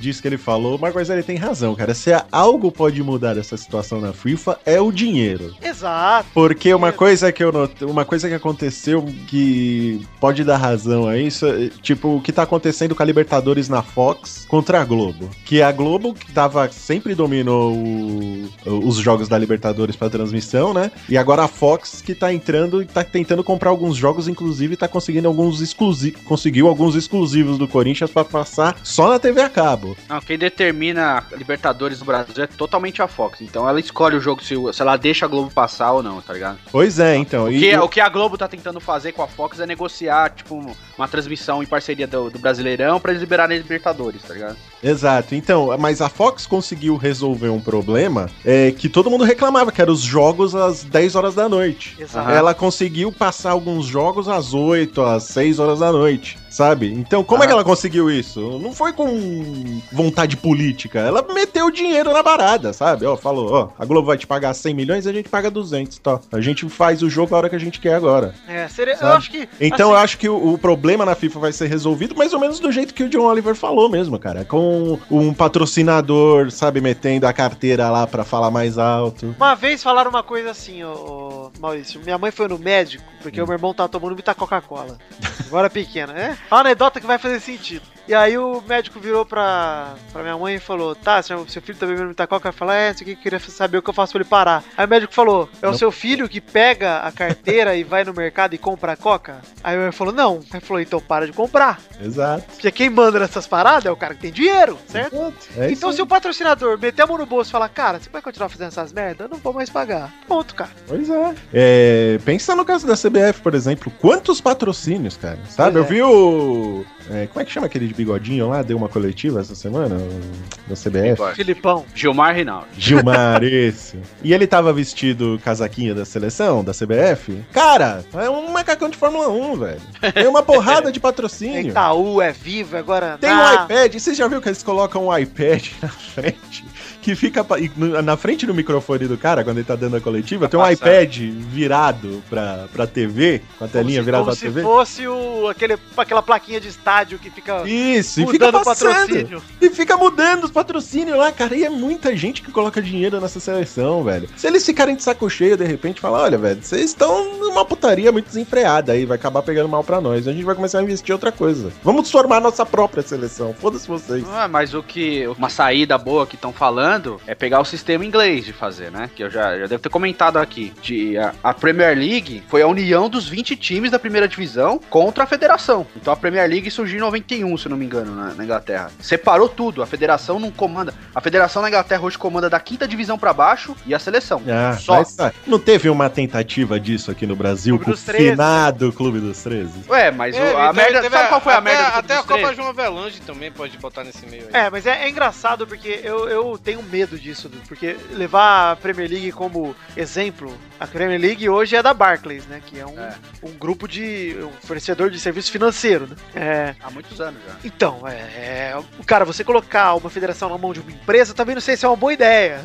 disso que ele falou, uma coisa ele tem razão, cara. Se há algo pode mudar essa situação na FIFA, é o dinheiro.
Exato.
Porque uma coisa que eu notei, uma coisa que aconteceu que pode dar razão a isso, é, tipo, o que tá acontecendo com a Libertadores na Fox contra a Globo. Que a Globo que tava, sempre dominou o- os jogos da Libertadores pra transmissão, né? E agora a Fox que tá entrando e tá tentando comprar alguns jogos, inclusive tá conseguindo alguns exclusivos, conseguiu alguns exclusivos do Corinthians pra passar só na TV a cabo.
Não, quem determina a Libertadores no Brasil é totalmente a Fox. Então ela escolhe o jogo se, o- se ela deixa a Globo passar ou não, tá ligado?
Pois é, então.
O que, o que a Globo tá tentando fazer com a Fox é negociar, tipo, uma transmissão em parceria do, do Brasileirão pra eles liberarem a Libertadores, tá ligado?
Exato. Então, mas a Fox conseguiu resolver um problema é, que todo mundo reclamava, que eram os jogos às 10 horas da noite.
Exato.
Aham.
Ela conseguiu passar alguns jogos às 8, às 6 horas da noite, sabe? Então, como é que
Aham.
ela conseguiu isso? Não foi com vontade política. Ela meteu dinheiro na barada, sabe? Ó, falou, ó, a Globo vai te pagar 100 milhões, a gente paga 200, tá? A gente faz o jogo a hora que a gente quer agora.
É, seria, eu
Sabe?
acho que...
Então
assim,
eu acho que o, o problema na FIFA vai ser resolvido mais ou menos do jeito que o John Oliver falou mesmo, cara. Com um patrocinador, sabe, metendo a carteira lá pra falar mais alto.
Uma vez falaram uma coisa assim, ô, ô, Maurício. Minha mãe foi no tá é médico porque o meu irmão tava tomando muita Coca-Cola. Agora pequena, né? Uma anedota que vai fazer sentido. E aí o médico virou pra, pra minha mãe e falou: Tá, seu, seu filho tá bebendo muita coca? Ela falou: É, isso aqui queria saber o que eu faço pra ele parar. Aí o médico falou: É o
Não.
seu filho que pega a carteira e vai no mercado e compra a coca? Aí ele falou: Não. Aí falou: Então para de comprar.
Exato.
Porque quem manda nessas paradas é o cara que tem dinheiro, certo?
É isso
então, se o patrocinador meter a mão no bolso e falar, cara, você vai continuar fazendo essas merdas? Eu não vou mais pagar. Ponto, cara.
Pois é. É, Pensa no caso da CBF, por exemplo. Quantos patrocínios, cara? Sabe? Eu
Pois é.
vi o. é, como é que chama aquele de bigodinho lá? Deu uma coletiva essa semana? o- Da CBF?
Bigode.
Filipão.
Gilmar Reinaldo.
Gilmar, esse. E ele tava vestido casaquinha da seleção, da CBF. Cara, é um macacão de Fórmula 1, velho. Tem uma porrada de
É
patrocínio.
Itaú, é vivo, agora.
Tem um iPad, você já viu que eles colocam um iPad na frente? Que fica pa- e no- na frente do microfone do cara, quando ele tá dando a coletiva, tem um
passando.
iPad virado pra, pra TV, com a telinha virada
como
pra
se
TV.
fosse o, aquele, aquela plaquinha de estádio que fica
Isso, e fica
mudando o
passando.
patrocínio.
E fica mudando os patrocínios lá, cara. E é muita gente que coloca dinheiro nessa seleção, velho. Se eles ficarem de saco cheio, de repente, falar, olha, velho, vocês estão numa putaria muito desenfreada aí, vai acabar pegando mal pra nós. A gente vai começar a investir em outra coisa. Vamos formar nossa própria seleção. Foda-se vocês.
Ah, mas o que. Uma saída boa que estão falando é pegar o sistema inglês de fazer, né? Que eu já, já devo ter comentado aqui. De, a, a Premier League foi a união dos 20 times da primeira divisão contra a federação. Então a Premier League surgiu em 91, se eu não me engano, na, na Inglaterra. Separou tudo. A federação não comanda. A federação na Inglaterra hoje comanda da quinta divisão pra baixo e a seleção.
Ah,
Só.
mas, ah, não teve uma tentativa disso aqui no Brasil
Clube
com o
dos 13.
finado Clube dos 13?
Ué,
É,
mas o-
Teve,
a
então,
teve,
merda.
teve
sabe qual foi a
até-
merda? do Clube
Até a
dos
Copa
Três?
João Avelange também pode botar nesse meio aí.
É, mas é, é engraçado porque eu, eu tenho medo disso, Du, porque levar a Premier League como exemplo, a Premier League hoje é da Barclays, né? Que é um,
É.
um grupo de. um fornecedor de serviço financeiro, né? É,
Há muitos anos já.
Então, é, é, cara, você colocar uma federação na mão de uma empresa, também não sei se é uma boa ideia.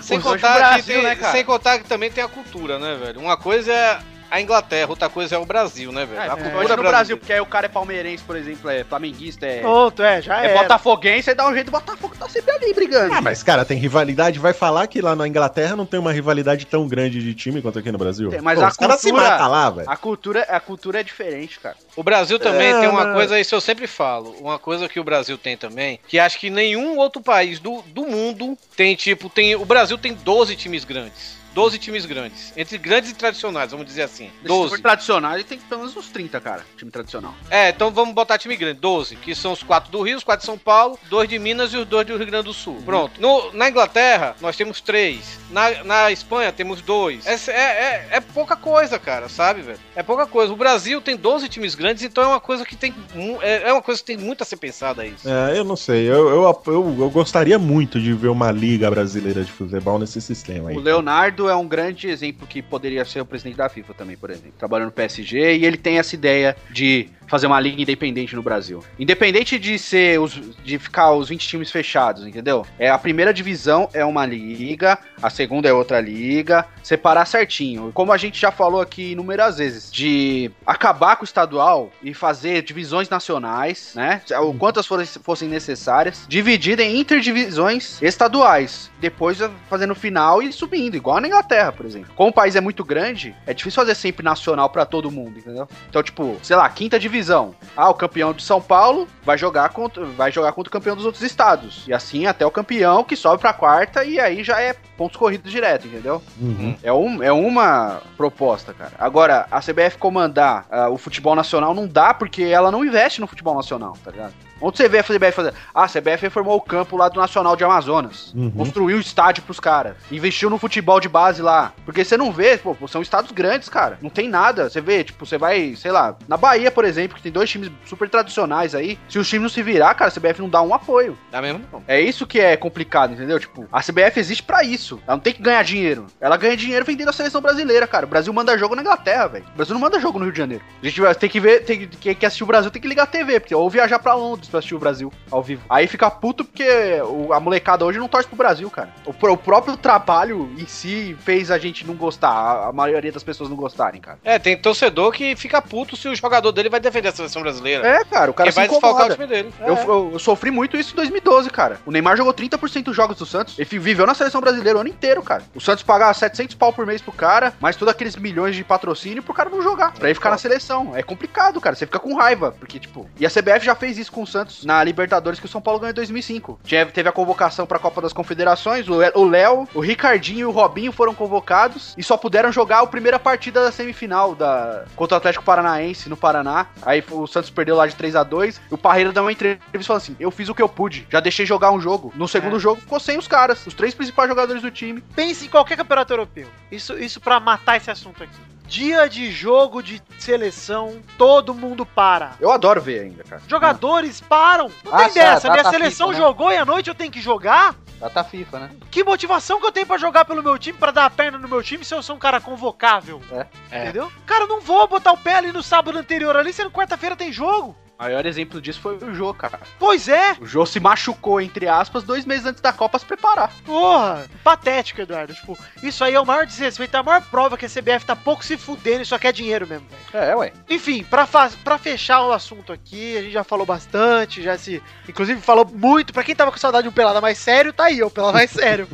Sem
É, Os
contar,
dois do
que
Brasil,
tem-
né, cara?
sem contar que também tem a cultura, né, velho? Uma coisa é a Inglaterra, outra coisa é o Brasil, né, velho?
É,
a cultura
hoje no
brasileira.
Brasil, porque aí o cara é palmeirense, por exemplo, é flamenguista, é.
Pronto, é, já
É
é.
botafoguense, aí dá um jeito, o Botafogo tá sempre ali brigando.
Ah, mas cara, tem rivalidade. Vai falar que lá na Inglaterra não tem uma rivalidade tão grande de time quanto aqui no Brasil.
Tem, mas a
os caras se
cultura-
matam lá, velho.
A cultura, a cultura é diferente, cara.
O Brasil também
É,
tem uma
mas-
coisa, isso eu sempre falo, uma coisa que o Brasil tem também, que acho que nenhum outro país do, do mundo tem, tipo, tem. O Brasil tem 12 times grandes. 12 times grandes. Entre grandes e tradicionais, vamos dizer assim.
Se for
12.
tradicional, ele tem pelo menos uns 30, cara. Time tradicional.
É, então vamos botar time grande. 12, que são os quatro do Rio, os quatro de São Paulo, dois de Minas e os dois do Rio Grande do Sul. Pronto. No- na Inglaterra, nós temos três. Na, na Espanha, temos dois. É, é- é- é pouca coisa, cara, sabe, velho? É pouca coisa. O Brasil tem 12 times grandes, então é uma coisa que tem. mu- É, é uma coisa que tem muito a ser pensada isso.
É, eu não sei. Eu, eu, eu, eu gostaria muito de ver uma liga brasileira de futebol nesse sistema
O
aí.
Leonardo é um grande exemplo que poderia ser o presidente da FIFA também, por exemplo. Trabalhando no PSG e ele tem essa ideia de fazer uma liga independente no Brasil. Independente de ser os, de ficar os 20 times fechados, entendeu? É a primeira divisão é uma liga, a segunda é outra liga, separar certinho. Como a gente já falou aqui inúmeras vezes, de acabar com o estadual e fazer divisões nacionais, né? O quantas forem- fossem necessárias, dividida em interdivisões estaduais. Depois eh, fazendo final e subindo, igual na Inglaterra, por exemplo. Como o país é muito grande, é difícil fazer sempre nacional pra todo mundo, entendeu? Então, tipo, sei lá, quinta divisão. Ah, o campeão de São Paulo vai jogar contra, vai jogar contra o campeão dos outros estados. E assim até o campeão que sobe pra quarta e aí já é pontos corridos direto, entendeu?
Uhum.
É, um, é uma proposta, cara. Agora, a CBF comandar ah, o futebol nacional não dá porque ela não investe no futebol nacional, tá ligado? Onde você vê a CBF fazer? Ah, a CBF reformou o campo lá do Nacional de Amazonas.
Uhum.
Construiu estádio pros caras. Investiu no futebol de base lá. Porque você não vê, pô, são estados grandes, cara. Não tem nada. Você vê, tipo, você vai, sei lá, na Bahia, por exemplo, que tem dois times super tradicionais aí. Se os times não se virar, cara, a CBF não dá um apoio.
Dá mesmo? Não.
É isso que é complicado, entendeu? Tipo, a CBF existe pra isso. Ela não tem que ganhar dinheiro. Ela ganha dinheiro vendendo a seleção brasileira, cara. O Brasil manda jogo na Inglaterra, velho. O Brasil não manda jogo no Rio de Janeiro. A gente vai tem que ver, tem que, quem quer assistir o Brasil tem que ligar a TV, porque ou viajar pra Londres pra assistir o Brasil ao vivo. Aí fica puto porque o- a molecada hoje não torce pro Brasil, cara. O, pro- o próprio trabalho em si fez a gente não gostar, a, a maioria das pessoas não gostarem, cara.
É, tem torcedor que fica puto se o jogador dele vai defender a seleção brasileira.
É, cara, o cara
Porque
se
vai desfalcar o
incomoda.
time dele. É.
Eu, eu- eu sofri muito isso em 2012, cara. O Neymar jogou 30% dos jogos do Santos. Ele fi- viveu na seleção brasileira o ano inteiro, cara. O Santos pagava 700 pau por mês pro cara, mas todos aqueles milhões de patrocínio pro cara não jogar. Pra ele ficar na seleção. É complicado, cara. Você fica com raiva. Porque, tipo. E a CBF já fez isso com o Santos na Libertadores que o São Paulo ganhou em 2005. Tinha- teve a convocação pra Copa das Confederações, o o Léo, o Ricardinho e o Robinho foram convocados e só puderam jogar a primeira partida da semifinal da contra o Atlético Paranaense no Paraná. Aí o Santos perdeu lá de 3 a 2 O Parreira deu uma entrevista falando assim: "Eu fiz o que eu pude, já deixei jogar um jogo. No segundo jogo ficou sem os caras, os três principais jogadores do time.
Pense em qualquer campeonato europeu. Isso, isso para matar esse assunto aqui. Dia de jogo de seleção, todo mundo para.
Eu adoro ver ainda, cara.
Jogadores param. Não
Ah,
tem
tá,
dessa.
tá,
Minha
tá
seleção
FIFA, né?
jogou e à noite eu tenho que jogar?
Tá,
Data FIFA, né?
Que motivação que eu tenho pra jogar pelo meu time, pra dar a perna no meu time se eu sou um cara convocável?
É.
É.
Entendeu? Cara, eu não vou botar o pé ali no sábado anterior ali, sendo que quarta-feira tem jogo.
O maior exemplo disso foi o Jô, cara.
Pois é,
O Jô se machucou, entre aspas, dois meses antes da Copa se preparar.
porra. Patético, Eduardo. Tipo, isso aí é o maior desrespeito, é a maior prova que a CBF tá pouco se fudendo e só quer dinheiro mesmo, velho.
É, ué.
Enfim, pra, fa- pra fechar o assunto aqui, a gente já falou bastante, já se. Inclusive falou muito. Pra quem tava com saudade de um pelada mais sério, tá aí, é o pelada mais sério.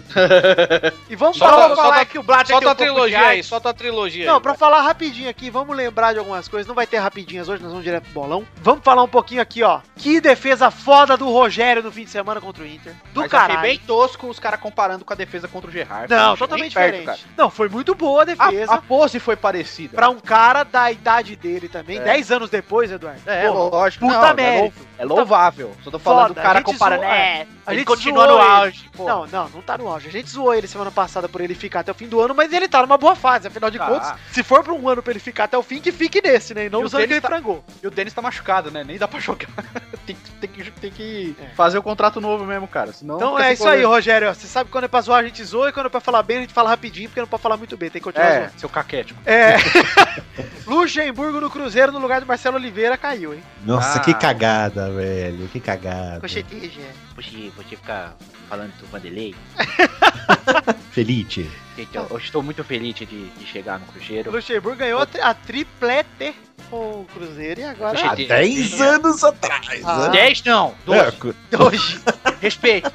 e vamos
Só
falar,
tá-
falar
só tá-
que o Blatter
Solta
tem um
a
pouco de
trilogia
arte.
aí, solta a trilogia
Não,
aí.
pra falar rapidinho aqui, vamos lembrar de algumas coisas. Não vai ter rapidinhas hoje, nós vamos direto pro bolão. Vamos falar um pouquinho aqui, ó. Que defesa foda do Rogério no fim de semana contra o Inter. Do
Mas
caralho.
achei bem tosco os caras comparando com a defesa contra o Gerrard.
Não,
Achei
totalmente
bem perto,
diferente. Não, foi muito boa a
cara.
defesa
A, a pose foi parecida.
pra um cara da idade dele também.
É.
10 anos depois, Eduardo.
É,
Pô,
lógico.
puta
não, é
mérito.
lou- É louvável. Só tô falando do
Foda,
cara
a gente
comparando.
zoou, é.
É,
A
ele
gente
continua
zoou
no
ele.
auge, pô.
Não, não, não tá no auge. A gente zoou ele semana passada por ele ficar até o fim do ano, mas ele tá numa boa fase. Afinal de
Tá.
contas, se for pra um ano pra ele ficar até o fim, que fique nesse, né? E não
E o
usando
dele
aquele
tá-
frangou.
E o Denis tá machucado, né? Nem dá pra jogar. tem, que- tem que, tem que
É.
fazer o contrato novo mesmo, cara. Senão
Então
fica
é
sem
isso aí,
goleiro.
Rogério. ó. Você sabe que quando é pra zoar a gente zoa e quando é pra falar bem a gente fala rapidinho, porque não pode falar muito bem, tem que continuar
É,
zoando.
seu caquético.
É. Luxemburgo no Cruzeiro no lugar do Marcelo Oliveira caiu, hein?
Nossa,
Ah.
que cagada, velho. Que cagada.
Puxa, vou te ficar falando do Vanderlei.
Felice.
Gente, eu, eu estou muito feliz de, de chegar no Cruzeiro.
Luxemburgo ganhou a, tri- a triplete com o Cruzeiro e agora.
Puxa,
Há 10 anos atrás,
Ah.
né?
10 não, 12.
É, cu-
Dois. Respeito.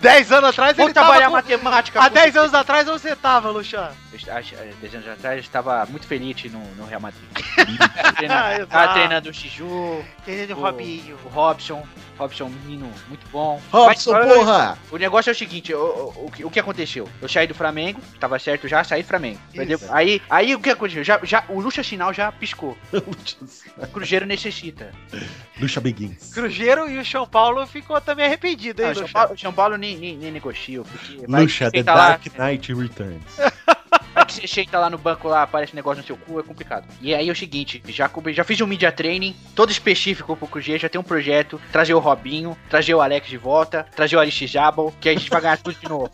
10 Tipo, anos atrás
Vou
ele tava.
trabalhar
Com...
matemática.
Há 10 anos atrás onde você tava, Luxan?
atrás. 10 anos é, atrás eu estava muito feliz no, no Real Madrid.
Ah,
treinando,
exato.
tava treinando o Chiju,
Querendo
Pô.
Robinho.
o Robson. Robson, um menino, muito bom.
Robson,
Mas-
porra!
O negócio é o seguinte, o, o, o que- o que aconteceu? Eu saí do Flamengo, tava certo já, saí do Flamengo. Entendeu?
Isso.
Aí, aí o que aconteceu? Já, já, o Lucha Sinal já piscou. O Cruzeiro necessita.
Lucha Biguins.
Cruzeiro e o São Paulo ficou também arrependido, hein,
Ah, o São
Luxan?
Paulo- o São Paulo nem, nem, nem negocia. Porque vai
Lucha,
que
The
você tá lá,
Dark Knight Returns.
vai que você senta lá no banco lá, aparece um negócio no seu cu, é complicado. E aí é o seguinte, já, cobri- já fiz um media training, todo específico pro Cruzeiro, já tem um projeto, trazer o Robinho, trazer o Alex de volta, trazer o Alix Jabal, que a gente vai ganhar tudo de novo.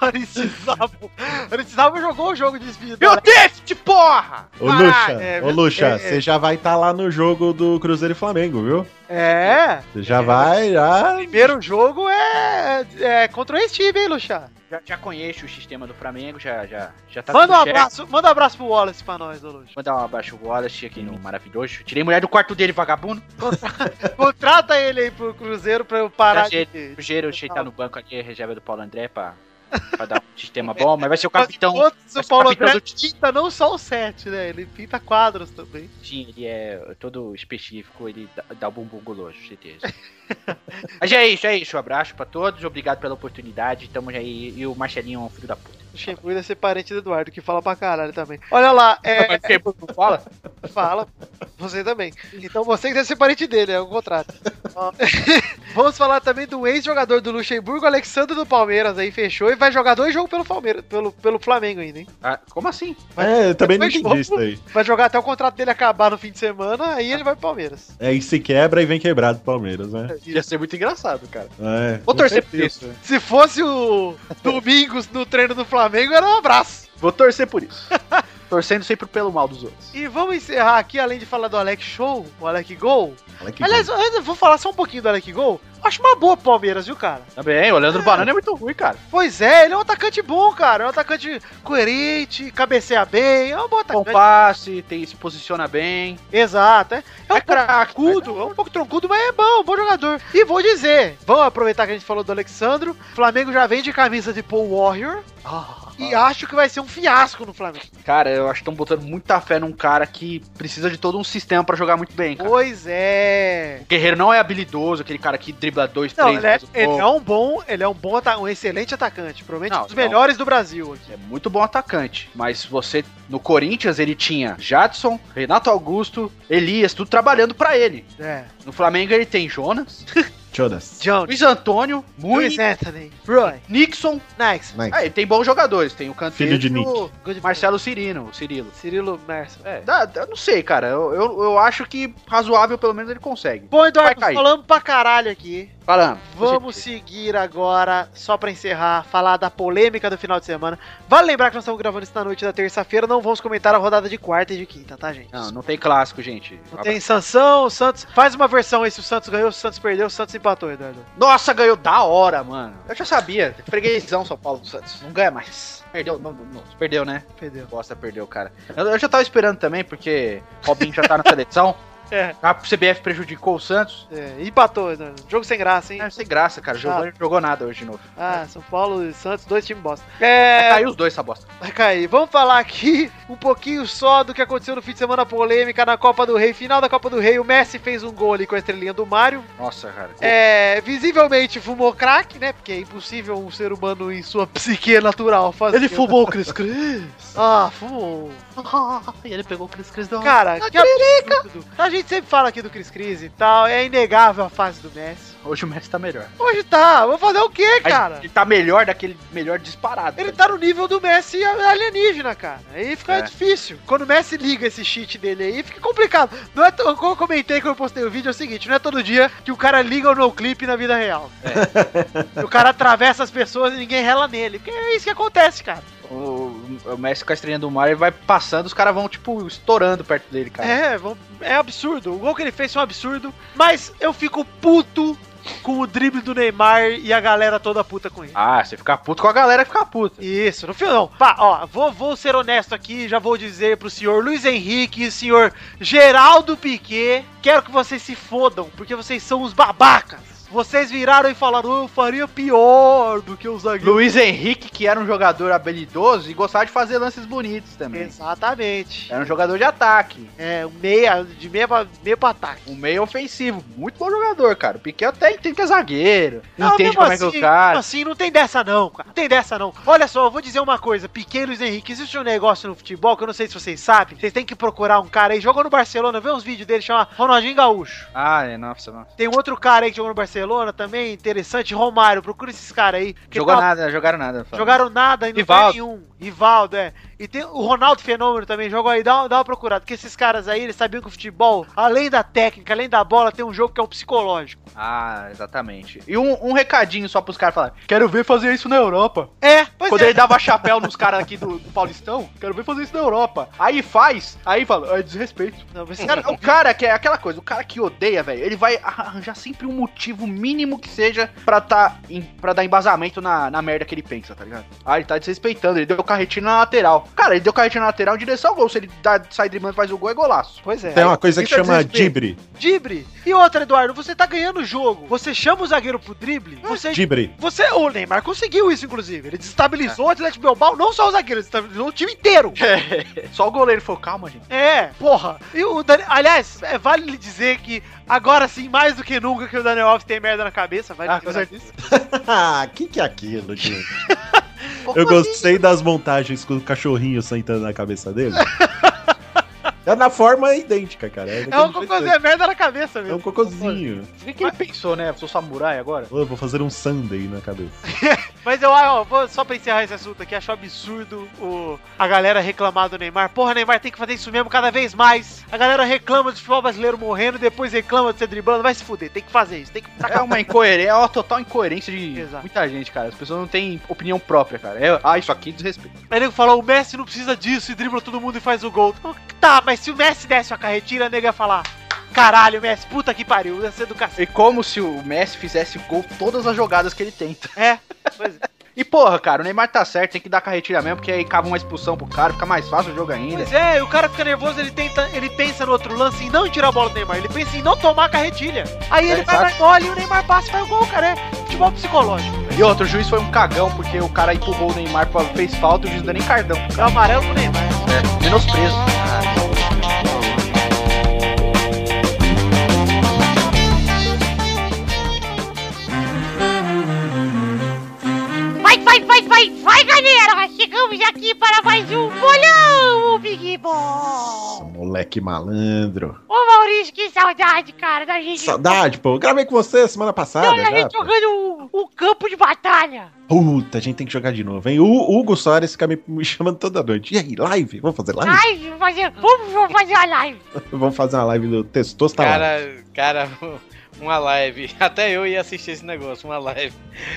Arisizabo. Arisizabo jogou o jogo de despedida.
Meu Deus, de porra!
Ô,
Caralho!
Lucha,
é,
ô, Lucha,
é,
você já vai estar lá no jogo do Cruzeiro e Flamengo, viu?
É.
Você já vai, já...
Primeiro jogo é, é contra esse time, hein, Luxa?
Já, já conheço o sistema do Flamengo, já, já, já tá
manda um
tudo certo.
abraço, manda um abraço pro Wallace pra nós, ô Luxa.
Mandar um abraço pro Wallace aqui no maravilhoso. Tirei mulher do quarto dele, vagabundo.
Contrata ele aí pro Cruzeiro pra eu parar
Prazer.
de...
O Gero tá no banco aqui, reserva do Paulo André pra, pra dar um sistema bom, mas vai ser o capitão.
Outros, o
mas
Paulo
capitão
André
do
pinta não só o 7, né? Ele pinta quadros também.
Sim, ele é todo específico, ele dá, dá o bumbum guloso, certeza. mas é isso, é isso. Um abraço pra todos, obrigado pela oportunidade. Tamo aí. E o Marcelinho é um filho da puta.
O Xembu deve ser parente do Eduardo, que fala pra caralho também. Olha lá, é,
Mas quem não fala?
fala, você também. Então você que deve ser parente dele, é o contrato. Ó, Vamos falar também do ex-jogador do Luxemburgo, Alexandre do Palmeiras aí, fechou, e vai jogar dois jogos pelo, Palmeiras, pelo, pelo Flamengo ainda, hein?
Ah, como assim?
É, eu também não
Depois
entendi isso aí.
Vai jogar até o contrato dele acabar no fim de semana, aí ele vai pro Palmeiras.
Aí se quebra É, e vem quebrado o Palmeiras, né?
Ia ser muito engraçado, cara.
É,
Vou
com
torcer por
certeza.
isso.
Se fosse o Domingos no treino do Flamengo, era um abraço.
Vou torcer por isso. Torcendo sempre pelo mal dos outros.
E vamos encerrar aqui, além de falar do Alex Show, o Alec Gol.
Olha que
Aliás, antes eu vou falar só um pouquinho do Alec Gol. Acho uma boa pro Palmeiras, viu, cara?
Também, o Leandro Banana é muito ruim, cara.
Pois é, ele é um atacante bom, cara. É um atacante coerente, cabeceia bem, é um bom
Bom
atacante.
Tá passe, tem, se posiciona bem.
Exato, é. É um
É
pouco
craque,
troncudo, é um pouco troncudo, mas é bom, bom jogador. E vou dizer, vamos aproveitar que a gente falou do Alexandro. Flamengo já vende camisa de Paul Warrior. Ah, E acho que vai ser um fiasco no Flamengo.
Cara, eu acho que estão botando muita fé num cara que precisa de todo um sistema pra jogar muito bem, cara.
Pois é.
O Guerreiro não é habilidoso, aquele cara que dribla dois,
Não,
três.
ele é,
faz o
ele
gol.
é um bom, ele é um bom, ata- um excelente atacante, provavelmente
Não,
um dos
não.
melhores do Brasil aqui.
é muito bom atacante, mas você no Corinthians ele tinha Jadson, Renato Augusto, Elias, tudo trabalhando pra ele.
É.
No Flamengo ele tem Jonas,
Jonas.
Jones,
Luiz Antônio, Muni,
Luiz Anthony, Roy,
Nixon.
Next,
Nice.
Ah, ele tem bons jogadores, tem o Canteiro,
Filho de
e o
Good
Marcelo Cirino, o Cirilo.
Cirilo Merson. É.
Dá- dá- não sei, cara. Eu, eu, eu acho que razoável, pelo menos, ele consegue.
Bom,
Vai
Eduardo,
cair.
falamos pra caralho aqui.
Falando.
Vamos seguir agora, só pra encerrar, falar da polêmica do final de semana. Vale lembrar que nós estamos gravando isso na noite da terça-feira, não vamos comentar a rodada de quarta e de quinta, tá, gente?
Não, não tem clássico, gente.
Não tem Sansão, o Santos. Faz uma versão aí se o Santos ganhou, se o Santos perdeu, se o Santos empatou, Eduardo.
Nossa, ganhou da hora, mano. Eu já sabia. Freguesão São Paulo dos Santos. Não ganha mais. Perdeu, não, não, não. Perdeu, né?
Perdeu.
Bosta, perdeu, cara. Eu, eu já tava esperando também, porque Robinho já tá na seleção. Ah,
É.
A CBF prejudicou o Santos.
É, empatou, Eduardo. Jogo sem graça, hein?
É, sem graça, cara. Jogou,
Chato.
não jogou nada hoje de novo.
Ah, São Paulo e Santos, dois times bosta.
Vai
É,
cair os dois essa bosta.
vai cair. Vamos falar aqui um pouquinho só do que aconteceu no fim de semana polêmica na Copa do Rei. Final da Copa do Rei, o Messi fez um gol ali com a estrelinha do Mário.
Nossa, cara.
É, visivelmente fumou crack, né? Porque é impossível um ser humano em sua psique natural fazer. Ele fumou o Cris Cris. Ah, fumou.
E ele pegou o Cris Cris da
Cara, que absurdo. A gente sempre fala aqui do Cris Cris e tal. É inegável a fase do Messi.
Hoje o Messi tá melhor.
Hoje tá, vou fazer o quê,
Mas
cara?
Ele tá melhor daquele melhor disparado.
Ele
cara.
tá no nível do Messi alienígena, cara. Aí fica
É.
difícil. Quando o Messi liga esse cheat dele aí, fica complicado. Não é to- Como eu comentei quando eu postei o vídeo, é o seguinte: não é todo dia que o cara liga o no clip na vida real.
É.
E o cara atravessa as pessoas e ninguém rela nele. Porque é isso que acontece, cara.
O, o Messi com a estrelinha do mar, ele vai passando, os caras vão, tipo, estourando perto dele, cara.
É, vão- é absurdo. O gol que ele fez foi um absurdo. Mas eu fico puto com o drible do Neymar e a galera toda puta com ele.
Ah, você ficar puto com a galera ficar puta.
Isso, no final. Pá, ó, vou, vou ser honesto aqui, já vou dizer pro senhor Luiz Henrique e senhor Geraldo Piquet, quero que vocês se fodam, porque vocês são os babacas. Vocês viraram e falaram, eu faria pior do que o zagueiro.
Luiz Henrique, que era um jogador habilidoso e gostava de fazer lances bonitos também.
Exatamente.
Era um jogador de ataque.
É, um meia, de meia pra, meia pra ataque.
Um meio ofensivo. Muito bom jogador, cara. O Piquet até entende que é zagueiro.
Não,
entende
mesmo
como é que é
assim,
o cara.
mesmo assim, não tem dessa não, cara. Não tem dessa não. Olha só, eu vou dizer uma coisa. Piquet e Luiz Henrique, existe um negócio no futebol que eu não sei se vocês sabem. Vocês têm que procurar um cara aí. Jogou no Barcelona, vê uns vídeos dele, chama Ronaldinho Gaúcho.
Ah, é, nossa, nossa.
Tem um outro cara aí que jogou no Barcelona também, interessante, Romário. Procura esses caras aí. que
Jogou
tá-
nada, né? jogaram nada. Fábio.
Jogaram nada e não
Rivaldo.
tem nenhum. Rivaldo, é. E tem o Ronaldo Fenômeno também, jogou aí, dá, uma- dá uma procurada. Porque esses caras aí, eles sabiam que o futebol, além da técnica, além da bola, tem um jogo que é o psicológico.
Ah, exatamente. E um, um recadinho só pros caras falar. Quero ver fazer isso na Europa.
É, pois
Quando
é.
ele dava chapéu nos caras aqui do, do Paulistão, quero ver fazer isso na Europa. Aí faz, aí fala, é desrespeito.
Não, mas
Esse
esse
cara-
cara-
o cara que é aquela coisa, o cara que odeia, velho, ele vai arranjar sempre um motivo mínimo que seja pra, tá em, pra dar embasamento na, na merda que ele pensa, tá ligado? Ah, ele tá desrespeitando, ele deu carretina na lateral. Cara, ele deu carretina na lateral em direção ao gol. Se ele dá, sai driblando e faz o gol, é golaço.
Pois é.
Tem uma coisa que
Isso é
chama
desrespeito.
Dibre.
Dibre. E outra, Eduardo, você tá ganhando o jogo. Você chama o zagueiro pro drible,
É,
você
Dibre.
Você, o Neymar conseguiu isso, inclusive. Ele desestabilizou o Atlético Bilbao, não só o zagueiro, ele desestabilizou o time inteiro.
Só o goleiro falou, calma, gente.
É, porra. E o Dani... Aliás, é, vale lhe dizer que agora sim, mais do que nunca, que o Daniel Alves tem merda na cabeça. Vai
Ah,
lhe lembrar disso.
Ah, que que é aquilo, gente? Eu gostei das montagens com o cachorrinho sentando na cabeça dele. É na forma idêntica, cara.
É um cocôzinho, é merda na cabeça
É um
mesmo.
cocôzinho.
O que, que ele pensou, né? Eu sou samurai agora?
Ô, eu vou fazer um Sunday na cabeça.
Mas eu, ah, ó, vou só pra encerrar esse assunto aqui, acho absurdo o, a galera reclamar do Neymar. Porra, Neymar tem que fazer isso mesmo cada vez mais. A galera reclama do futebol brasileiro morrendo, depois reclama de ser driblando. Vai se fuder, tem que fazer isso, tem que
É uma incoerência, é uma total incoerência de
Exato.
muita gente, cara. As pessoas não têm opinião própria, cara. É, ah, isso aqui é desrespeito.
Aí nego falou, o Messi não precisa disso e dribla todo mundo e faz o gol. Então, Tá, mas se o Messi desse uma carretilha, nego ia falar, caralho, Messi, puta que pariu, ia ser do cacete.
E como se o Messi fizesse gol todas as jogadas que ele tenta.
É, pois é.
E porra, cara, o Neymar tá certo, tem que dar carretilha mesmo, porque aí cabe uma expulsão pro cara, fica mais fácil o jogo ainda.
Pois é, e o cara fica nervoso, ele tenta, ele pensa no outro lance em não tirar a bola do Neymar, ele pensa em não tomar a carretilha. Aí
É,
ele vai
exato.
pra bola e o Neymar passa e faz o gol, cara, é futebol psicológico, velho.
E outro, o juiz foi um cagão, porque o cara empurrou o Neymar, pra- fez falta e o juiz não deu nem cartão.
É o amarelo pro Neymar.
É, menosprezo.
Vai, vai, vai, vai, vai, galera! Chegamos aqui para mais um bolão, o Big Ball!
Moleque malandro.
Ô Maurício, que saudade, cara, da gente.
Saudade, pô. Eu Gravei com você semana passada.
Não, da
já,
gente
pô.
jogando o, o campo de batalha.
Puta, a gente tem que jogar de novo, hein? O Hugo Soares fica me, me chamando toda noite. E aí, live? Vamos fazer live?
Live, fazer, vamos, vamos fazer a live.
Vamos fazer uma live do
Tá
Testosterone.
Cara, cara, uma live. Até eu ia assistir esse negócio, uma live.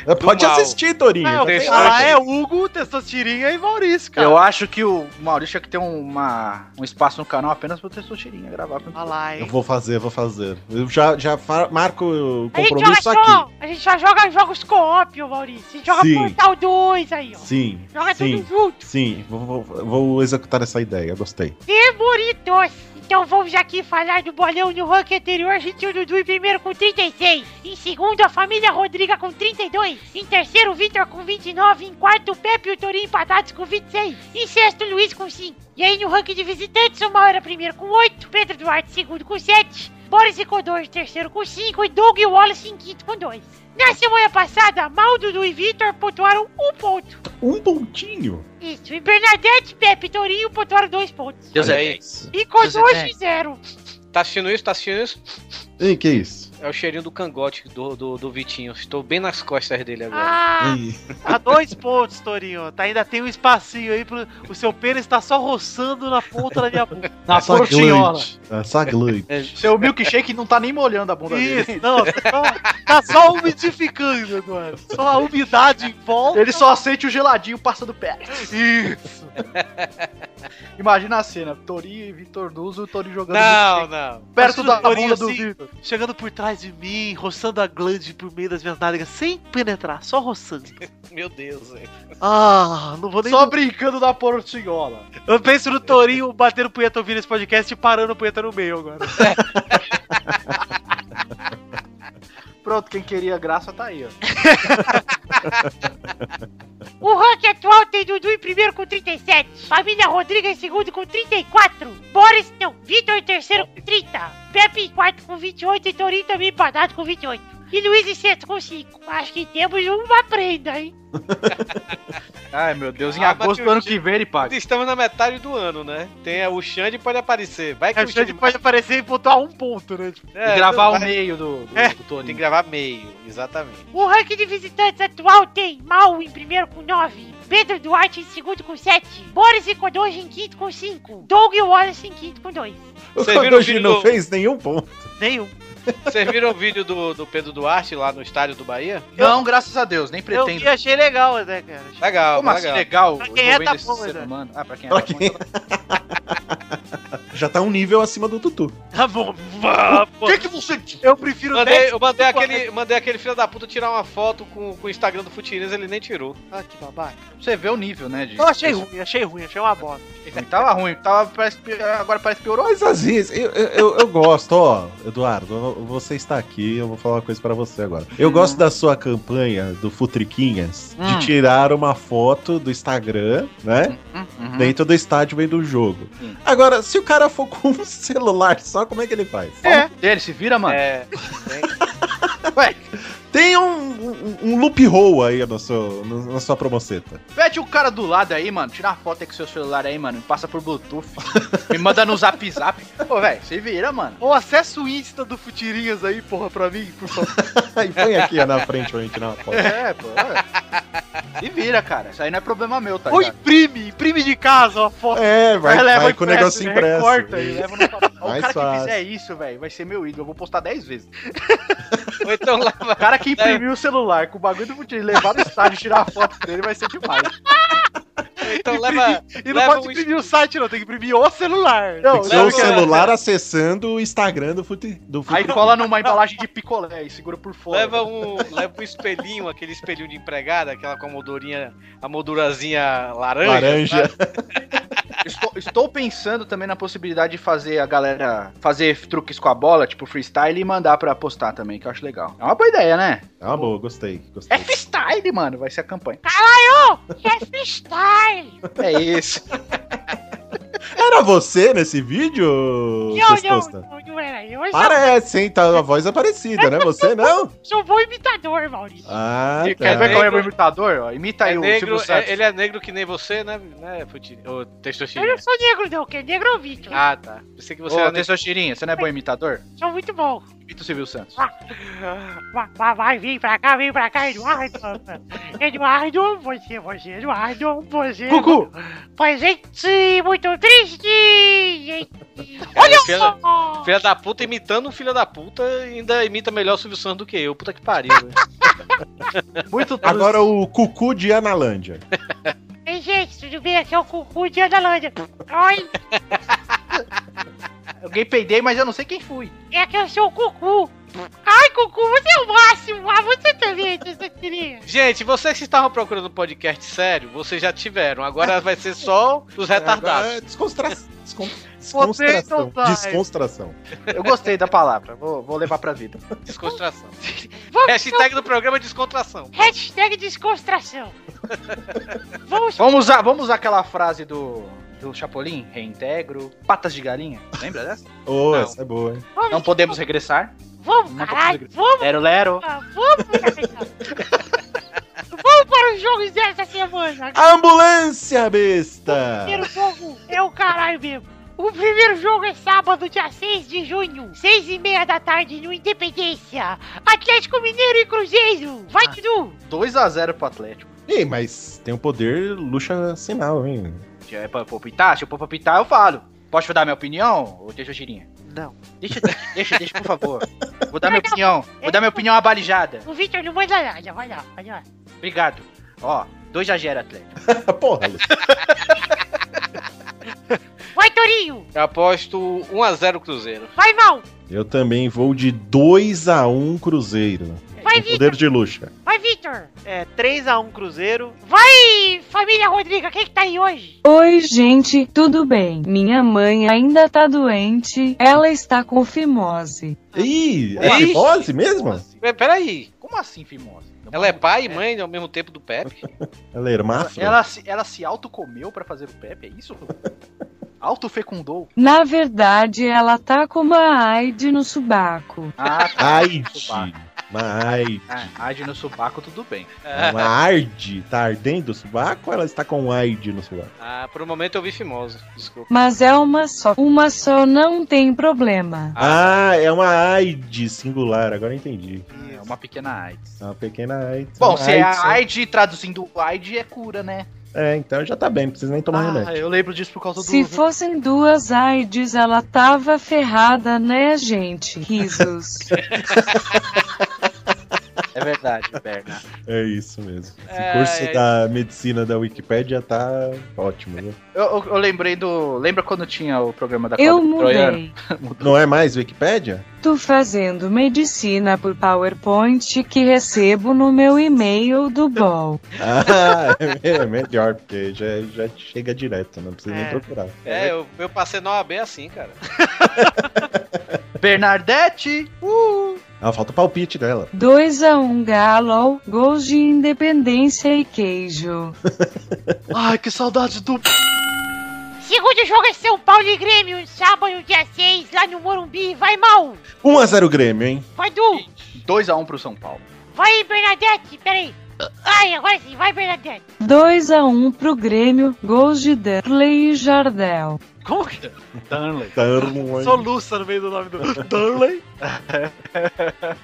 do
Pode
mal.
assistir, Torinho.
Não,
Já tem
deixa
ah,
live.
lá é Hugo, Testosterinha e Maurício, cara.
Eu acho que o Maurício tinha que ter uma, um espaço no canal apenas pro Testosterinha gravar. com-
Olha lá, hein?
Eu vou fazer, vou fazer. Eu já, já fa- marco o
A gente, joga
compromisso aqui.
só, a gente só joga jogos co-op, ô Maurício. A gente joga
Sim.
Portal 2 aí, ó.
Sim,
Joga
sim,
tudo junto.
sim. Vou, vou- vou executar essa ideia, gostei.
Demolidos. Então vamos aqui falar do bolão no ranking anterior. A gente tinha o Dudu em primeiro com 36. Em segundo, a família Rodriga com 32. Em terceiro, o Vitor com 29. Em quarto, o Pepe e o Torinho empatados com 26. Em sexto, o Luiz com 5. E aí no ranking de visitantes, o Mauro era primeiro com 8. Pedro Duarte, segundo com 7. Boris e Codor, terceiro com 5. E Doug e Wallace em quinto com 2. Na semana passada, Mal, Dudu e Vitor pontuaram um ponto.
Um pontinho?
Isso. E Bernadette, Pepe e Torinho pontuaram dois pontos.
Deus
Olha
é
aí.
dez.
E Codor
José,
fizeram.
Tá assistindo isso? Tá assistindo isso?
Ei, que isso?
É o cheirinho do cangote do, do, do Vitinho. Estou bem nas costas dele agora.
Ah,
Ih,
A Tá dois pontos, Torinho. Tá, ainda tem um espacinho aí. Pro... O seu pênis tá só roçando na ponta da minha boca. Na
essa
portinhola.
glute. Essa glute.
Seu milkshake não tá nem molhando a bunda
Isso,
dele.
não. Tá, tá só umidificando agora. Só a umidade em volta.
Ele só sente o geladinho passando perto.
Isso.
Imagina a cena, Torinho e Vitor Duzo, o Torinho jogando
Não, não.
tá
milkshake perto da
Torinho
bunda do
assim.
Vitor.
Chegando por trás de mim, roçando a glande por meio das minhas nádegas, sem penetrar, só roçando.
Meu Deus, velho.
Ah, não vou nem.
Só brincando da portinhola.
Eu penso no Torinho batendo punheta ouvindo esse podcast e parando a punheta no meio agora.
Pronto, quem queria graça tá aí, ó.
o ranking atual tem Dudu em primeiro com 37. Família Rodrigo em segundo com 34. Boris, não, Vitor em terceiro com 30. Pepe em quarto com 28 e Torinho também empatado com 28. E Luiz em sexto com 5. Acho que temos uma prenda, hein?
Ai, meu Deus, em
Ah, mas
agosto
que
do
eu
ano
digo-
que vem ele paga.
Estamos na metade do ano, né? Tem o Xande pode aparecer. Vai que
A
o Xande
gente É, pode aparecer e pontuar um ponto, né? Tipo,
É,
e gravar
não
o
vai-
meio do, do,
É,
do Torinho.
Tem que gravar meio, exatamente.
O ranking de visitantes atual tem Mal em primeiro com 9. Pedro Duarte em segundo com 7. Boris e Kodoji em quinto com 5. Doug e Wallace em quinto com 2.
O
Vocês viram o
Kodoji
vídeo
não
do-
fez nenhum ponto.
nenhum.
Vocês viram o vídeo do, do Pedro Duarte lá no estádio do Bahia?
Não, graças a Deus, nem
Eu
pretendo.
vi, achei legal até, cara.
Legal,
Como assim
legal.
legal?
Pra quem é, tá
envolvendo esse
bom,
ser
né?
humano? Ah, pra quem é,
Pra
tá bom,
quem-
tá bom.
Já tá um nível acima do Tutu.
Tá bom. vá, pô.
O que que você
Eu prefiro
Mandei,
10.
eu mandei
assim?
aquele, mandei aquele filho da puta tirar uma foto com, com o Instagram do Futinês, ele nem tirou.
Ah, que babaca.
Você vê o nível, né, de...
Eu achei ruim, achei ruim, achei uma bosta.
Tava ruim, tava, parece, que- agora parece que piorou.
Mas às vezes, eu, eu, eu- eu gosto, ó, Eduardo, eu- você está aqui, eu vou falar uma coisa pra você agora. Eu gosto da sua campanha do Futriquinhas
Hum.
de tirar uma foto do Instagram, né?
Uhum.
dentro do estádio meio do jogo.
Sim.
Agora, se o cara for com um celular só, como é que ele faz?
É. Dele, se vira, mano.
É,
Tem um, um, um loophole aí no seu, no- na sua promoceta.
Pede o cara do lado aí, mano. Tira uma foto aí com seu celular aí, mano. Passa por Bluetooth. me manda no zap zap. Pô, velho, se vira, mano.
Ou acessa o Insta do Futirinhas aí, porra, pra mim, por favor.
e põe aqui ó, na frente pra gente tirar uma foto.
É, pô. é. Se vira, cara. Isso aí não é problema meu, tá
Ou
ligado?
imprime, imprime de casa, ó, foto.
É, vai, vai,
leva
com o
impresso,
negócio
né?
impresso.
Recorta aí,
Isso.
leva no papel.
O
Mais
cara que
fácil.
fizer isso, velho, vai ser meu ídolo. Eu vou postar 10 vezes. É.
ou então lá
O cara que imprimiu o celular com o bagulho do Putin, levar no estádio e tirar a foto dele vai ser demais.
Então leva.
E não
leva
pode
um
imprimir o
Tá,
site, não, tem que imprimir o celular.
Não,
Tem que ser o
leva-
celular acessando o Instagram do Fute. Do fute
Aí cola numa embalagem de picolé e segura por fora.
Leva um, leva um espelhinho, aquele espelhinho de empregada, aquela com a moldurinha, a moldurazinha laranja.
Ah,
laranja.
sabe?
Estou, estou pensando também na possibilidade de fazer a galera fazer truques com a bola, tipo freestyle, e mandar pra postar também, que eu acho legal. É uma boa ideia, né?
Tá bom, gostei. gostei.
É freestyle! freestyle, mano, vai ser a campanha.
É freestyle!
É isso.
Era você nesse vídeo?
Não, não,
Testosta?
não, não era eu. Eu só-
Parece, hein? Tá, a voz é parecida, né? Você não?
sou um bom imitador, Maurício.
Ah,
E Quer
tá.
ver qual é o meu imitador? ó? Imita
É
tá aí o Silvio
negro,
Santos.
é- ele é negro que nem você, né, né Putin? Ô,
Eu
Testosterinha.
não sou negro, não, quem é negro é o Vitor.
Ah, tá. Pensei que você
Ô,
era negro.
Nestor Tirinha, você não é bom imitador?
Sou muito bom.
Imita o Silvio Santos.
Vai, vai, vai, vem pra cá, vem pra cá, Eduardo. Eduardo, você, você, Eduardo, você.
Cucu!
Presente muito triste.
Cara,
Olha
filha,
só!
filha da puta imitando um filho da puta ainda imita melhor o Silvio Santos do que eu. Puta que pariu. velho.
Muito
Agora o cucu de Analândia.
Ei, gente, tudo bem? Aqui é o Cucu de Analândia. Oi,
Alguém peidei, mas eu não sei quem fui.
é que eu sou o Cucu. Ai, Cucu, você é o máximo. Ah, você também, essa queria.
Gente, vocês que estavam procurando um podcast sério, vocês já tiveram. Agora vai ser só os retardados.
Agora, Desconstra... Ah, descon- Desconstração.
Potato Time.
Desconstração.
Eu gostei da palavra, vou, vou levar pra vida.
é
Descontração.
Vamos
Hashtag do programa é descontração.
Hashtag desconstração. Vamos
Vamos usar, vamos usar aquela frase do, do Chapolin? Reintegro, patas de galinha. Lembra dessa?
Ô,
Não.
essa é boa, hein?
Vamos,
Não podemos regressar.
vamos,
não
caralho,
consigo.
vamos,
Lero, lero.
ah, vamos, caralho. Vamos para os jogos dessa semana.
Ambulância, besta!
O primeiro jogo é o caralho mesmo. O primeiro jogo é sábado, dia 6 de junho, 6 e meia da tarde, no Independência. Atlético Mineiro e Cruzeiro. Vai, Dudu.
2x0 pro Atlético.
Ei, mas tem um poder luxa sinal, hein?
Já É pra palpitar? Se eu for palpitar, eu falo. Posso dar minha opinião, ô Teixeira Tirinha?
Não.
Deixa, deixa, deixa, por favor. Vou dar minha opinião. Vou dar minha opinião abalijada.
O Victor não manda nada. Vai lá, vai lá.
Obrigado. Ó, 2x0 Atlético.
Porra, Luxa.
Vai, Torinho.
Eu aposto 1x0 Cruzeiro.
Vai, Mal.
Eu também vou de 2 a 1 Cruzeiro.
Vai,
Com poder
Victor.
de luxa.
Vai, Victor.
É 3x1 Cruzeiro.
Vai, família Rodriga. Quem que tá aí hoje?
Oi, gente, tudo bem? Minha mãe ainda tá doente, ela está com fimose.
Ih, é
Ixi.
fimose mesmo?
Mas Peraí,
assim? Como assim, Fimose?
ela é pai e mãe ao mesmo tempo do Pepe?
Ela é hermáfro?
Ela se, ela se autocomeu pra fazer o Pepe, é isso? Autofecundou.
Na verdade, ela tá com uma AIDS no subaco.
Ah,
Aide.
Subaco.
Uma aide.
Ah, AIDS no sobaco, tudo bem.
Uma arde. Tá ardendo o subaco ou ela está com aide no subaco?
Ah, por um momento eu vi Fimosa, desculpa.
Mas é uma só. Uma só não tem problema.
Ah, é uma aide singular. Agora eu entendi.
É uma pequena AIDS.
É uma pequena aide.
Bom,
Uma
se é
AIDS,
a AIDS, traduzindo AIDS, é cura, né?
É, então já tá bem. Não precisa nem tomar
Ah,
remédio.
eu lembro disso por causa
Se
do...
fossem duas AIDS, ela tava ferrada, né, gente? Risos.
É verdade, Berna.
É isso mesmo. Esse
É,
curso
é
da medicina da Wikipédia tá ótimo. Né?
Eu, eu- eu lembrei do... Lembra quando tinha o programa da
Eu
cobra troiana?
mudei.
Não é mais Wikipédia?
Tô fazendo medicina por PowerPoint que recebo no meu e-mail do BOL.
Ah, é melhor, porque já, já chega direto, não precisa
É.
nem procurar.
É, eu, eu passei na OAB assim, cara.
Bernadette!
Ah, falta o palpite dela.
2 a 1 Galo, gols de independência e queijo.
Ai, que saudade do...
Segundo jogo é São Paulo e Grêmio, sábado, dia 6, lá no Morumbi. Vai, Mal.
1x0 Grêmio, hein?
Vai, Du.
2x1 pro São Paulo.
Vai, Bernadette. Peraí. Ai, agora sim. Vai, Bernadette.
2 a 1 pro Grêmio, gols de Danley e Jardel.
Como que
Dunley. Ah,
Tamo, hein?
soluça no meio do nome do Dunley?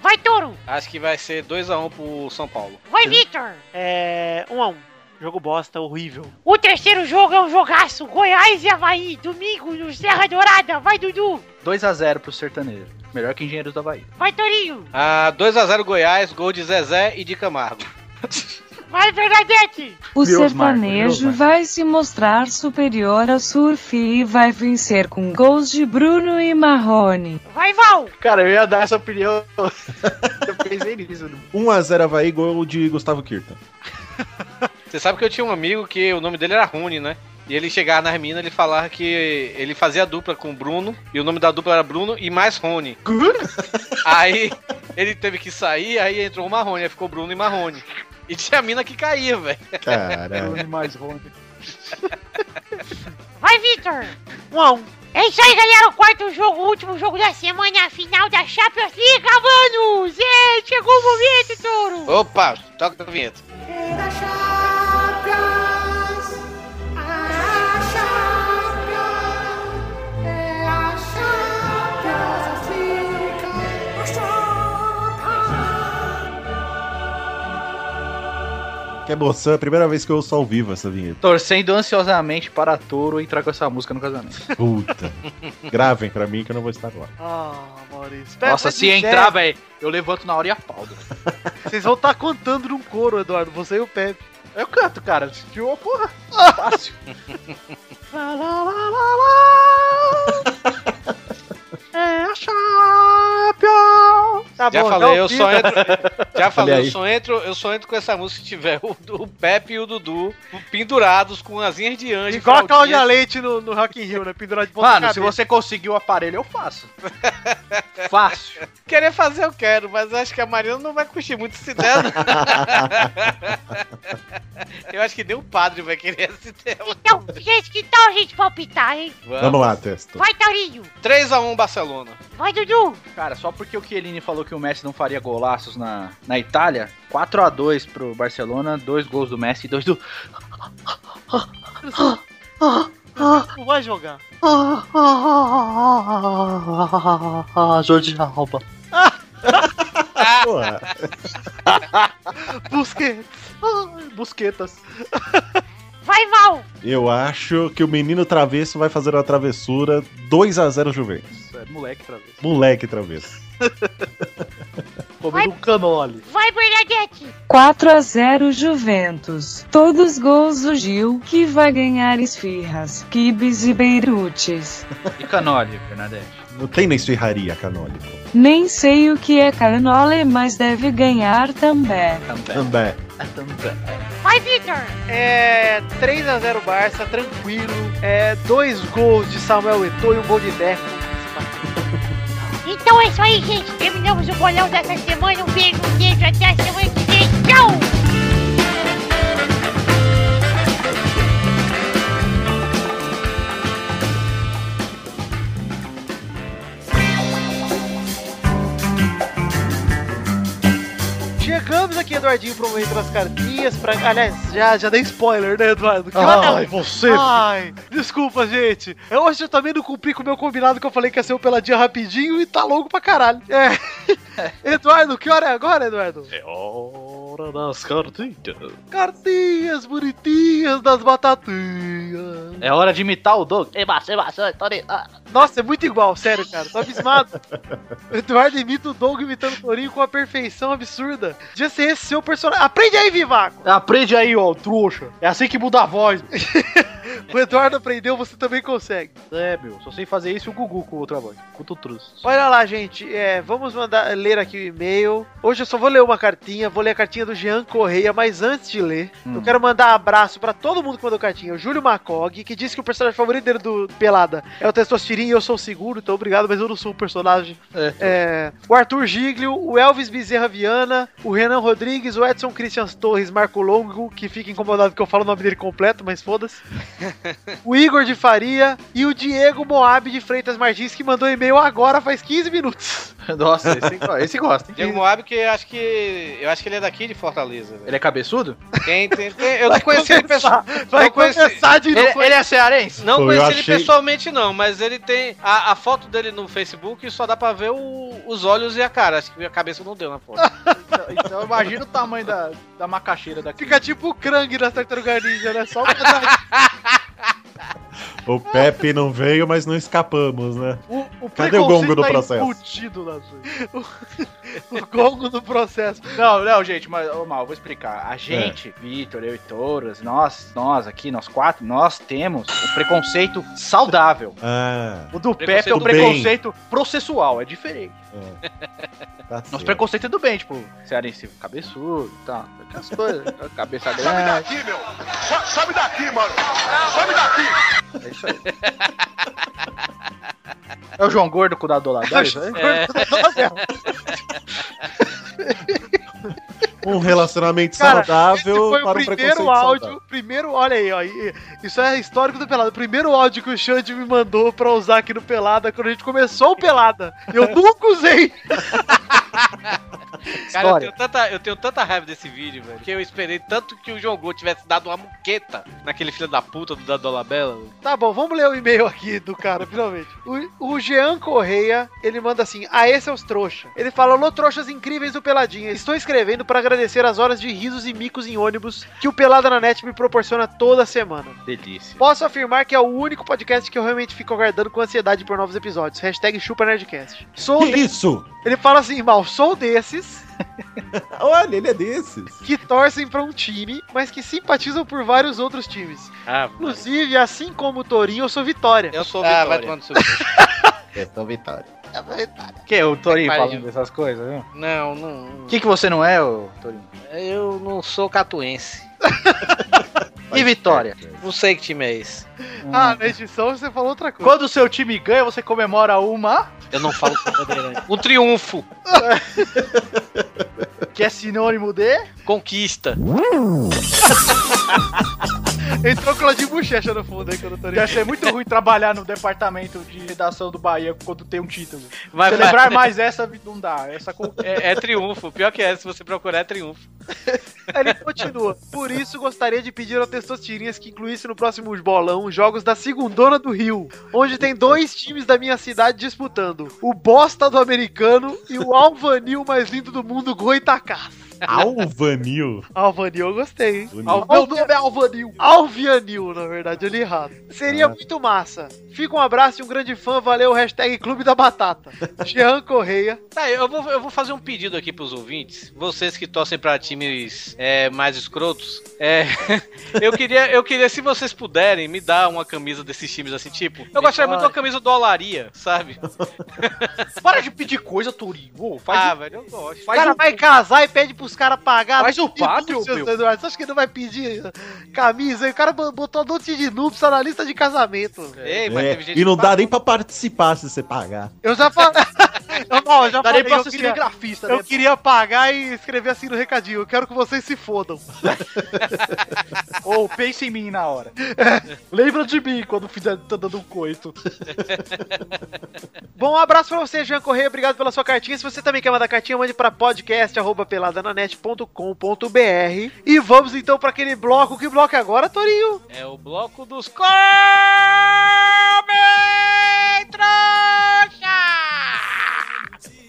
Vai, Toro.
Acho que vai ser 2x1 pro São Paulo.
Vai, Victor.
É 1x1. Jogo bosta, horrível.
O terceiro jogo é um jogaço. Goiás e Havaí, domingo no Serra Dourada. Vai, Dudu.
2x0 pro Sertanejo. Melhor que Engenheiros do Havaí.
Vai, Torinho.
Ah, 2x0 Goiás, gol de Zezé e de Camargo.
Vai, Bernadette.
O
Deus, Marco, Deus,
sertanejo
Marco.
vai se mostrar superior ao surf e vai vencer com gols de Bruno e Marrone.
Vai, Val.
Cara, eu ia dar essa opinião. eu pensei nisso.
1x0 Havaí, gol de Gustavo Kirtan.
Você sabe que eu tinha um amigo que o nome dele era Rune, né? E ele chegava nas minas, ele falava que ele fazia dupla com o Bruno, e o nome da dupla era Bruno e mais Rony. aí ele teve que sair, aí entrou o Marrone, aí ficou Bruno e Marrone. E tinha a mina que caía, velho.
Caralho.
Animais Rondon.
Vai, Vitor!
Um a um.
É isso aí, galera. O quarto jogo, o último jogo da semana, a final da Champions League, mano! Zé, chegou o momento, touro!
Opa, toca a vinheta.
Que emoção, é a primeira vez que eu ouço ao vivo essa vinheta.
Torcendo ansiosamente para Touro entrar com essa música no casamento.
Puta. Gravem pra mim que eu não vou estar lá.
Ah, Maurício. Pera,
Nossa,
mas
se
me
entrar, velho, eu levanto na hora e aplaudo.
deve- Vocês vão estar cantando num coro, Eduardo. Você e o Pepe.
Eu canto, cara. De uma porra. Fácil.
Lá, lá, lá, lá, lá. É a Champions! Tá
Já
bom,
falei,
já
eu
ouvi,
só
tá-
entro. Já falei,
aí.
eu só entro, eu só entro com essa música se tiver o, o Pepe e o Dudu pendurados com asinhas de anjo.
Igual a
fraldinhas.
Cláudia Leite no, no Rock in Rio, né? Pendurar de ponta
Mano, se
cabeça.
você conseguir o aparelho, eu faço. Fácil.
Querer fazer eu quero, mas acho que a Mariana não vai curtir muito essa ideia. não. eu acho que nem o padre vai querer essa ideia.
Então, gente, que tal a gente palpitar, hein?
Tá.
Vamos lá, testa.
Vai, Taurinho!
3x1 Barcelona.
Vai, Dudu!
Cara, só porque o Chiellini falou que o Messi não faria golaços na, na Itália, 4x2 pro Barcelona, dois gols do Messi e dois do...
Não vai jogar.
Jordi Alba. Ah,
Porra.
Busquets. Ah,
Busquetas.
Vai, Val!
Eu acho que o menino travesso vai fazer uma travessura 2 a 0 Juventus.
Isso é moleque pra ver.
Moleque travesso.
Comendo um canole.
Vai, Bernadette!
4 a 0 Juventus. Todos gols do Gil, que vai ganhar esfirras, quibes e beirutes.
E Canoli, Bernadette.
Não tem nem serraria canônica.
Nem sei o que é canole, mas deve ganhar também.
Também.
Também.
Também.
Vai, Vitor!
É 3x0 Barça, tranquilo. É dois gols de Samuel Eto'o e um gol de Deco.
Então é isso aí, gente. Terminamos o bolão dessa semana. Um beijo, um queijo. Até a semana que vem. Tchau!
Chegamos aqui, Eduardinho, pro momento das cartinhas. Pra... Aliás, já, já dei spoiler, né, Eduardo? Que
Ah,
Ai, você.
Ai, desculpa, gente. Eu, hoje eu também não cumpri com o meu combinado que eu falei que ia ser o peladinha rapidinho e tá longo pra caralho. É. Eduardo, que hora é agora, Eduardo?
É hora das cartinhas.
Cartinhas bonitinhas das batatinhas.
É hora de imitar o Doug.
Nossa, é muito igual, sério, cara. Tô abismado. O Eduardo imita o Doug imitando o Torinho com uma perfeição absurda. Devia ser esse seu personagem. Aprende aí, Vivaco!
Aprende aí, ó, trouxa.
É assim que muda a voz. o Eduardo aprendeu, você também consegue.
É, meu, só sei fazer isso o Gugu com outra voz. Com tutrus.
Olha lá, gente. é, vamos mandar ler aqui o e-mail. Hoje eu só vou ler
um.
uma cartinha. Vou ler a cartinha do Jean Correia, mas antes de ler,
Hum.
eu quero mandar abraço pra todo mundo que mandou cartinha. O Júlio Macog, que disse que o personagem favorito dele do Pelada é o Testostirinha e eu sou o seguro, então obrigado, mas eu não sou o personagem.
É.
É, o Arthur Giglio, o Elvis Bezerra Viana, o Renan Rodrigues, o Edson Christian Torres, Marco Longo, que fica incomodado que eu falo o nome dele completo, mas foda-se o Igor de Faria e o Diego Moab de Freitas Martins, que mandou e-mail agora faz 15 minutos.
Nossa, esse, esse gosta, hein?
Diego Moab, que eu acho que. Eu acho que ele é daqui de Fortaleza, velho.
Ele é cabeçoado?
Tem, tem, tem- Eu não conheci ele pessoal.
Vai
Não conheci-
começar de novo.
né?
é cearense?
Não
Pô, eu
conheci ele
achei-
pessoalmente, não, mas ele tem. A, a foto dele no Facebook só dá pra ver o- os olhos e a cara. Acho que a cabeça não deu na foto.
Então, então imagina o tamanho da, da macaxeira daqui.
Fica tipo o Krang na Tartaruga Ninja, né? Só o pedaço.
O Pepe não veio, mas não escapamos, né?
o, o
Cadê o gongo do
preconceito tá
processo?
embutido lá, gente. o, o gongo do processo.
Não, não, gente, mas ô, mal, eu vou explicar. A gente, Vitor, eu e Touras, nós, nós aqui, nós quatro, nós temos o preconceito saudável.
Ah,
O do
Preconceito
Pepe é o
do
preconceito processual, é diferente.
tá
Nosso
certo.
preconceito é do bem, tipo, cearense cabeçudo e tal, aquelas coisas, cabeça é grande,
Aqui, meu. Sa- Sabe daqui, mano. Sabe daqui.
é isso aí. É o João Gordo com
É
o dado do Ladares, né?
É.
Um relacionamento
Cara, Esse
saudável
foi o
para um
primeiro
preconceito
áudio,
saudável.
primeiro, olha aí, ó, e- isso é histórico do Pelada. O primeiro áudio que o Xande me mandou pra usar aqui no Pelada, quando a gente começou o Pelada. Eu nunca usei.
Cara, eu
História.
tenho, tanta, eu tenho tanta raiva desse vídeo, velho, que eu esperei tanto que o João Globo tivesse dado uma muqueta naquele filho da puta do Dado Dolabella.
Tá bom, vamos ler o e-mail aqui do cara, finalmente. O, o Jean Correia, ele manda assim: Ah, esse é os trouxa. Ele fala: Alô, trouxas incríveis do Peladinha. Estou escrevendo pra agradecer as horas de risos e micos em ônibus que o Pelada na Net me proporciona toda semana.
Delícia.
Posso afirmar que é o único podcast que eu realmente fico aguardando com ansiedade por novos episódios. Hashtag chupa Nerdcast. Sou
Que isso?
Ele fala assim, mal, sou desses
Olha, ele é desses.
que torcem pra um time, mas que simpatizam por vários outros times.
Ah,
Inclusive, assim como o Torinho, eu sou Vitória.
eu sou o
Ah,
Vitória.
vai tomando seu.
Então, Vitória.
que é o Torinho
Pariu.
falando dessas coisas, né?
Não, não.
O que, que você não é, ô Torinho?
Eu não sou catuense.
E Vitória?
Não sei que time é esse.
Ah, na edição você falou outra coisa.
Hum. Quando o seu time ganha, você comemora uma,
Eu não falo com bandeirante. Um triunfo.
que é sinônimo de.
Conquista.
Entrou com ela de bochecha no fundo aí, quando o Torinho...
Deve ser muito ruim trabalhar no departamento de redação do Bahia quando tem um título.
Vai, vai.
Celebrar mais essa não dá. Essa com-
É, é triunfo. Pior que é, se você procurar, é triunfo.
Aí Ele continua. Por isso, gostaria de pedir ao Testostirinhas que incluísse no próximo bolão os jogos da Segundona do Rio, onde tem dois times da minha cidade disputando. O Bosta do Americano e o Alvanil mais lindo do mundo, Goitacás.
Alvanil.
Alvanil eu gostei, hein?
Bonito.
Al Meu nome é Alvanil. Alvianil, na verdade, eu li errado. Seria muito massa. Fica um abraço e um grande fã. Valeu, hashtag Clube da Batata. Jean Correia.
Tá, eu vou, eu vou fazer um pedido aqui pros ouvintes. Vocês que torcem pra times é, mais escrotos. É, eu, queria, eu queria, se vocês puderem, me dar uma camisa desses times assim, tipo. Eu gostaria muito de uma camisa do Olaria, sabe?
Para de pedir coisa, Torinho. Faz
ah, velho, eu gosto.
O cara vai casar e pede pros caras pagar.
Faz o
tudo,
pátrio,
seus
meu.
Eduardo. Você acha que ele não vai pedir eh, camisa? aí? O cara botou um monte de núpcia na lista de casamento.
Ei, mas teve
É,
gente
e não
que
dá nem pra participar se você pagar.
Eu já falei. Eu, não, eu já falei,
Darei pra
eu
ser
queria,
cinegrafista, né?
eu queria pagar e escrever assim no recadinho. Eu quero que vocês se fodam.
Ou pensa em mim na hora.
É.
Lembra de mim quando fizer tá dando um coito.
Bom, um abraço pra você, Jean Correia. Obrigado pela sua cartinha. Se você também quer mandar cartinha, mande pra podcast.peladananet.com.br. E vamos então pra aquele bloco. Que bloco é agora, Torinho?
É o bloco dos Comem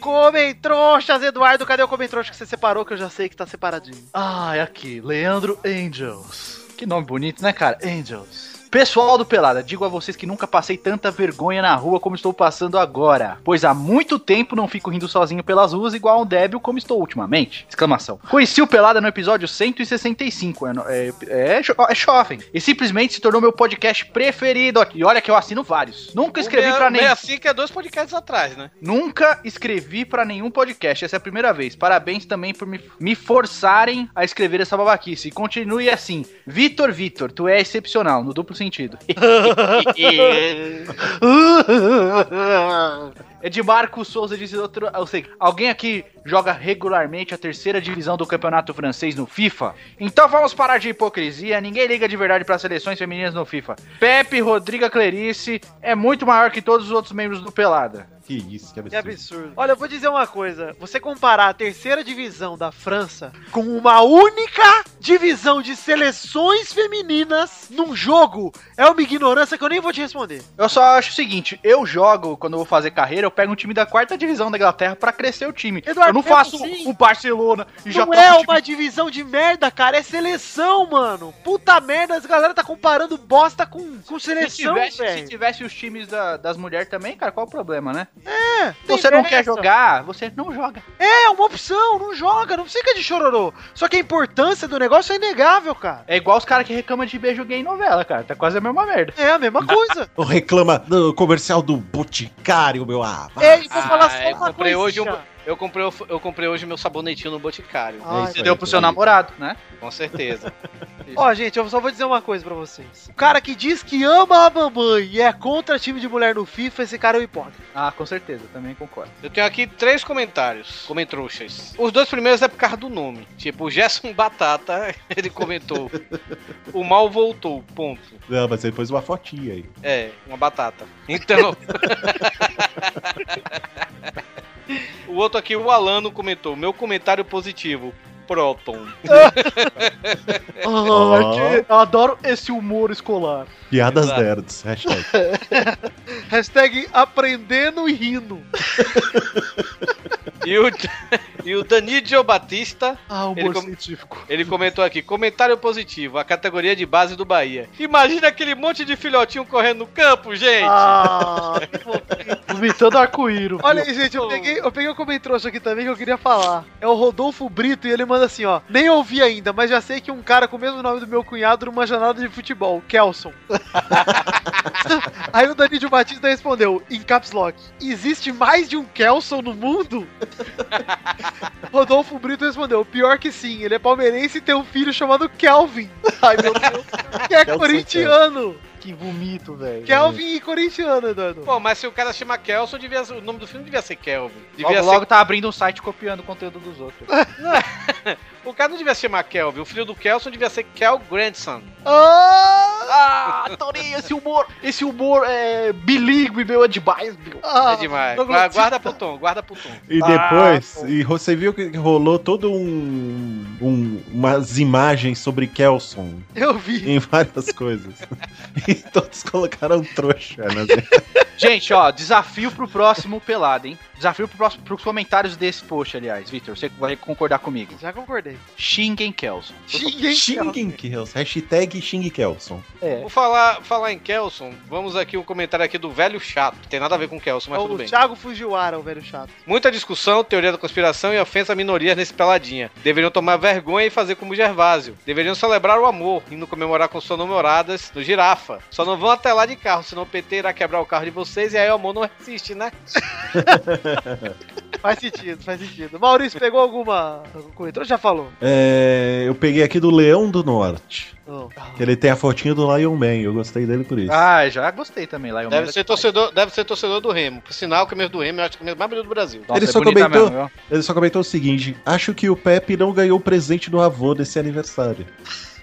Comem trouxas, Eduardo. Cadê o comem trouxa que você separou? Que eu já sei que tá separadinho.
Ah, é aqui. Leandro Angels. Que nome bonito, né, cara? Angels. Pessoal do Pelada, digo a vocês que nunca passei tanta vergonha na rua como estou passando agora. Pois há muito tempo não fico rindo sozinho pelas ruas igual um débil como estou ultimamente. Exclamação. Conheci o Pelada no episódio 165. É, no- é, é, jo- é jovem. E simplesmente se tornou meu podcast preferido. E olha que eu assino vários. Nunca escrevi pra
nem
nem.
assim que é dois podcasts atrás, né?
Nunca escrevi pra nenhum podcast, essa é a primeira vez. Parabéns também por me, me forçarem a escrever essa babaquice. E continue assim. Vitor, Vitor, tu é excepcional, no duplo sentido. Edmarco Souza diz outro. Ou seja, alguém aqui joga regularmente a terceira divisão do campeonato francês no FIFA? Então vamos parar de hipocrisia. Ninguém liga de verdade para seleções femininas no FIFA. Pepe Rodriga Clerice é muito maior que todos os outros membros do Pelada.
Que isso, que
Que
absurdo.
absurdo. Olha, eu vou dizer uma coisa. Você comparar a terceira divisão da França com uma única divisão de seleções femininas num jogo é uma ignorância que eu nem vou te responder.
Eu só acho o seguinte, eu jogo, quando eu vou fazer carreira, eu pego um time da quarta divisão da Inglaterra pra crescer o time.
Eduardo,
eu não
mesmo
faço
assim,
o Barcelona e
não
já tô
é
com o time-
uma divisão de merda, cara. É seleção, mano. Puta merda, as galera tá comparando bosta com, com
se,
seleção,
tivesse, se
velho.
tivesse os times da- das mulheres também, cara, qual o problema, né?
É,
Você
tem
não quer
essa.
jogar, você não joga.
É uma opção, não joga, não fica de chororô. Só que a importância do negócio é inegável, cara.
É igual os caras que reclamam de beijo gay em novela, cara. Tá quase a mesma merda.
É a mesma coisa.
Não reclama do comercial do Boticário, meu. Ah, vai.
Ei, É, vou falar
Ah,
só
eu
uma
comprei
coisa.
hoje um- Eu comprei, o- eu comprei hoje meu sabonetinho no Boticário.
Ah,
isso
Você
aí,
deu pro seu
aí.
namorado, né?
Com certeza.
Ó, gente, eu só vou dizer uma coisa pra vocês. O cara que diz que ama a mamãe e é contra time de mulher no FIFA, esse cara é um hipócrita.
Ah, com certeza, também concordo.
Eu tenho aqui três comentários, comentrouxas. Os dois primeiros é por causa do nome. Tipo, o Gerson Batata, ele comentou. o mal voltou, ponto.
Não, mas você pôs uma fotinha aí.
É, uma batata. Então. o outro aqui, o Alano, comentou. Meu comentário positivo. Proton.
Ó.
que- eu adoro esse humor escolar.
Piadas
Exato.
nerds, hashtag.
Hashtag aprendendo e rindo.
E o, e o Danidio Batista,
Ah,
Ele
humor
com-
científico.
Ele comentou aqui, comentário positivo, a categoria de base do Bahia. Imagina aquele monte de filhotinho correndo no campo, gente!
Ah,
Vomitando arco-íro.
olha aí, gente, eu peguei, eu peguei um comentrouxa aqui também que eu queria falar. É o Rodolfo Brito e ele manda assim, ó. Nem ouvi ainda, mas já sei que um cara com o mesmo nome do meu cunhado numa janela de futebol, Kelson. aí o Danilo Batista respondeu, em caps lock, existe mais de um Kelson no mundo? Rodolfo Brito respondeu, pior que sim, ele é palmeirense e tem um filho chamado Kelvin. Ai, meu Deus. Que é
Kelson,
corintiano.
Que vomito, velho.
Kelvin e corintiano, Eduardo.
Pô, mas se o cara chama Kelson, devia, o nome do filme devia ser Kelvin.
Logo,
Devia ser-
logo tá abrindo um site copiando o conteúdo dos outros.
O cara não devia se chamar Kelvin, o filho do Kelson devia ser Kel Grandson.
어!
Ah, adorei esse humor. Esse humor é bilíngue, meu, é demais, meu.
Ah,
아.
é demais.
Douglas
Gua-
Costa.
Guarda pro tom, guarda pro tom.
Ah,
E depois, e você viu que rolou todo um, um- umas imagens sobre Kelson
Eu vi.
em várias coisas. e todos colocaram trouxa, né?
Gente, ó, desafio pro próximo pelado, hein? Desafio pro próximo, pros comentários desse post, aliás. Vitor, você vai concordar comigo.
Já concordei.
Xinguem Kelson.
Xinguei.
Xinguem Kelson. Hashtag xingue Kelson.
Ah, é.
Vou falar, falar em Kelson, vamos aqui um comentário aqui do velho chato. Tem nada a ver com Kelson, mas tudo
É o
bem.
Thiago Fujiwara, o velho chato.
Muita discussão, teoria da conspiração e ofensa a minorias nesse peladinha. Deveriam tomar vergonha e fazer como Gervásio. Deveriam celebrar o amor, indo comemorar com suas namoradas no girafa. Só não vão até lá de carro, senão o PT irá quebrar o carro de vocês e aí o amor não resiste, né?
Faz sentido, faz sentido. Maurício, pegou alguma corretora? Já falou.
É, eu peguei aqui do Leão do Norte.
Não.
Que ele tem a fotinha do Lion Man. Eu gostei dele por isso.
Ah, já gostei também, lá.
Deve ser, torcedor, deve ser torcedor do Remo. Por sinal, que o mesmo do Remo eu acho que é o mesmo mais bonito do Brasil.
Ele
é
só comentou- Ele só comentou o seguinte: acho que o Pepe não ganhou o presente do avô desse aniversário.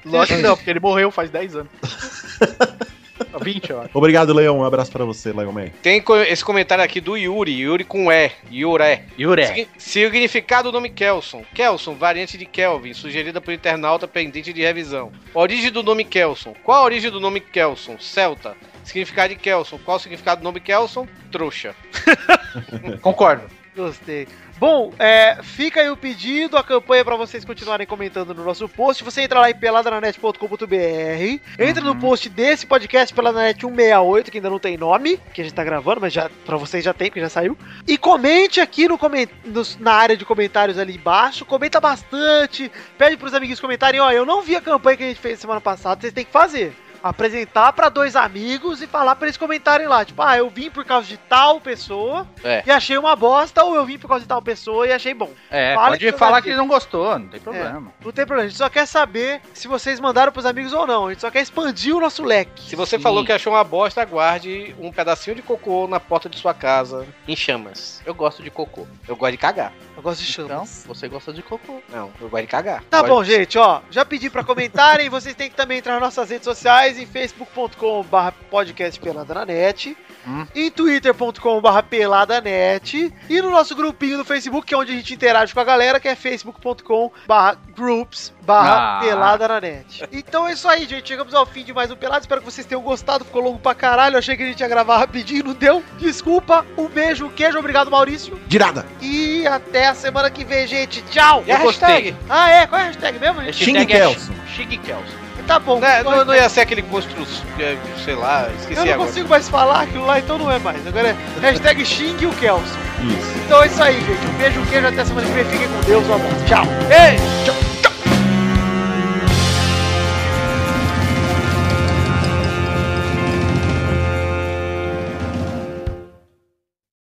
Lógico que não, porque ele morreu faz 10 anos. 20, eu acho.
Obrigado, Leão. Um abraço pra você, Lion Man.
Tem co- esse comentário aqui do Yuri, Yuri com E, Yuré.
É.
Yuré.
Signi- Significado do nome Kelson. Kelson, variante de Kelvin, sugerida por internauta pendente de revisão. Origem do nome Kelson. Qual a origem do nome Kelson? Celta. Significado de Kelson. Qual o significado do nome Kelson? Trouxa.
Concordo.
Gostei. Bom, é, fica aí o pedido, a campanha pra vocês continuarem comentando no nosso post. Você entra lá em peladranet.com.br, entra no post desse podcast, Peladranet 168, que ainda não tem nome, que a gente tá gravando, mas já para vocês já tem, porque já saiu. E comente aqui no comen- nos- na área de comentários ali embaixo, comenta bastante, pede pros amiguinhos comentarem, ó, eu não vi a campanha que a gente fez semana passada, vocês têm que fazer apresentar pra dois amigos e falar pra eles comentarem lá, tipo, ah, eu vim por causa de tal pessoa
É.
e achei uma bosta, ou eu vim por causa de tal pessoa e achei bom.
É,
Fala que
pode
você
falar
vai É.
que
ver.
ele não gostou, não tem problema.
Não tem problema, a gente só quer saber se vocês mandaram pros amigos ou não, a gente só quer expandir o nosso leque.
Se você
Sim.
falou que achou uma bosta, guarde um pedacinho de cocô na porta de sua casa em chamas. Eu gosto de cocô. Eu gosto de cagar.
Eu gosto de chama.
Então, você gosta de cocô.
Não, eu gosto de cagar.
Tá
Gosto-
bom, gente, ó. Já pedi pra comentarem. Vocês têm que também entrar nas nossas redes sociais em facebook.com.br podcastpeladanet,
Hum.
em twitter.com.br peladanet e no nosso grupinho do Facebook, que é onde a gente interage com a galera, que é facebook.com.br groups barra
Ah.
pelada na net. Então é isso aí, gente. Chegamos ao fim de mais um Pelado. Espero que vocês tenham gostado. Ficou longo pra caralho. Achei que a gente ia gravar rapidinho, não deu. Desculpa. Um beijo, um queijo. Obrigado, Maurício.
Dirada!
E até a semana que vem, gente. Tchau.
E a hashtag?
Ah, é? Qual é a hashtag mesmo, gente?
Xingue Kelson.
Xingue Kelson.
Tá bom.
Né,
então
Não, não ia ser aquele constru... Sei lá, esqueci
eu não
agora.
consigo mais falar aquilo lá, então não é mais. Agora é hashtag xingue o Kelson.
Isso.
Então é isso aí, gente. Um beijo, um queijo, até semana que vem. Fiquem com Deus, um abraço. Tchau. Ei! Tchau.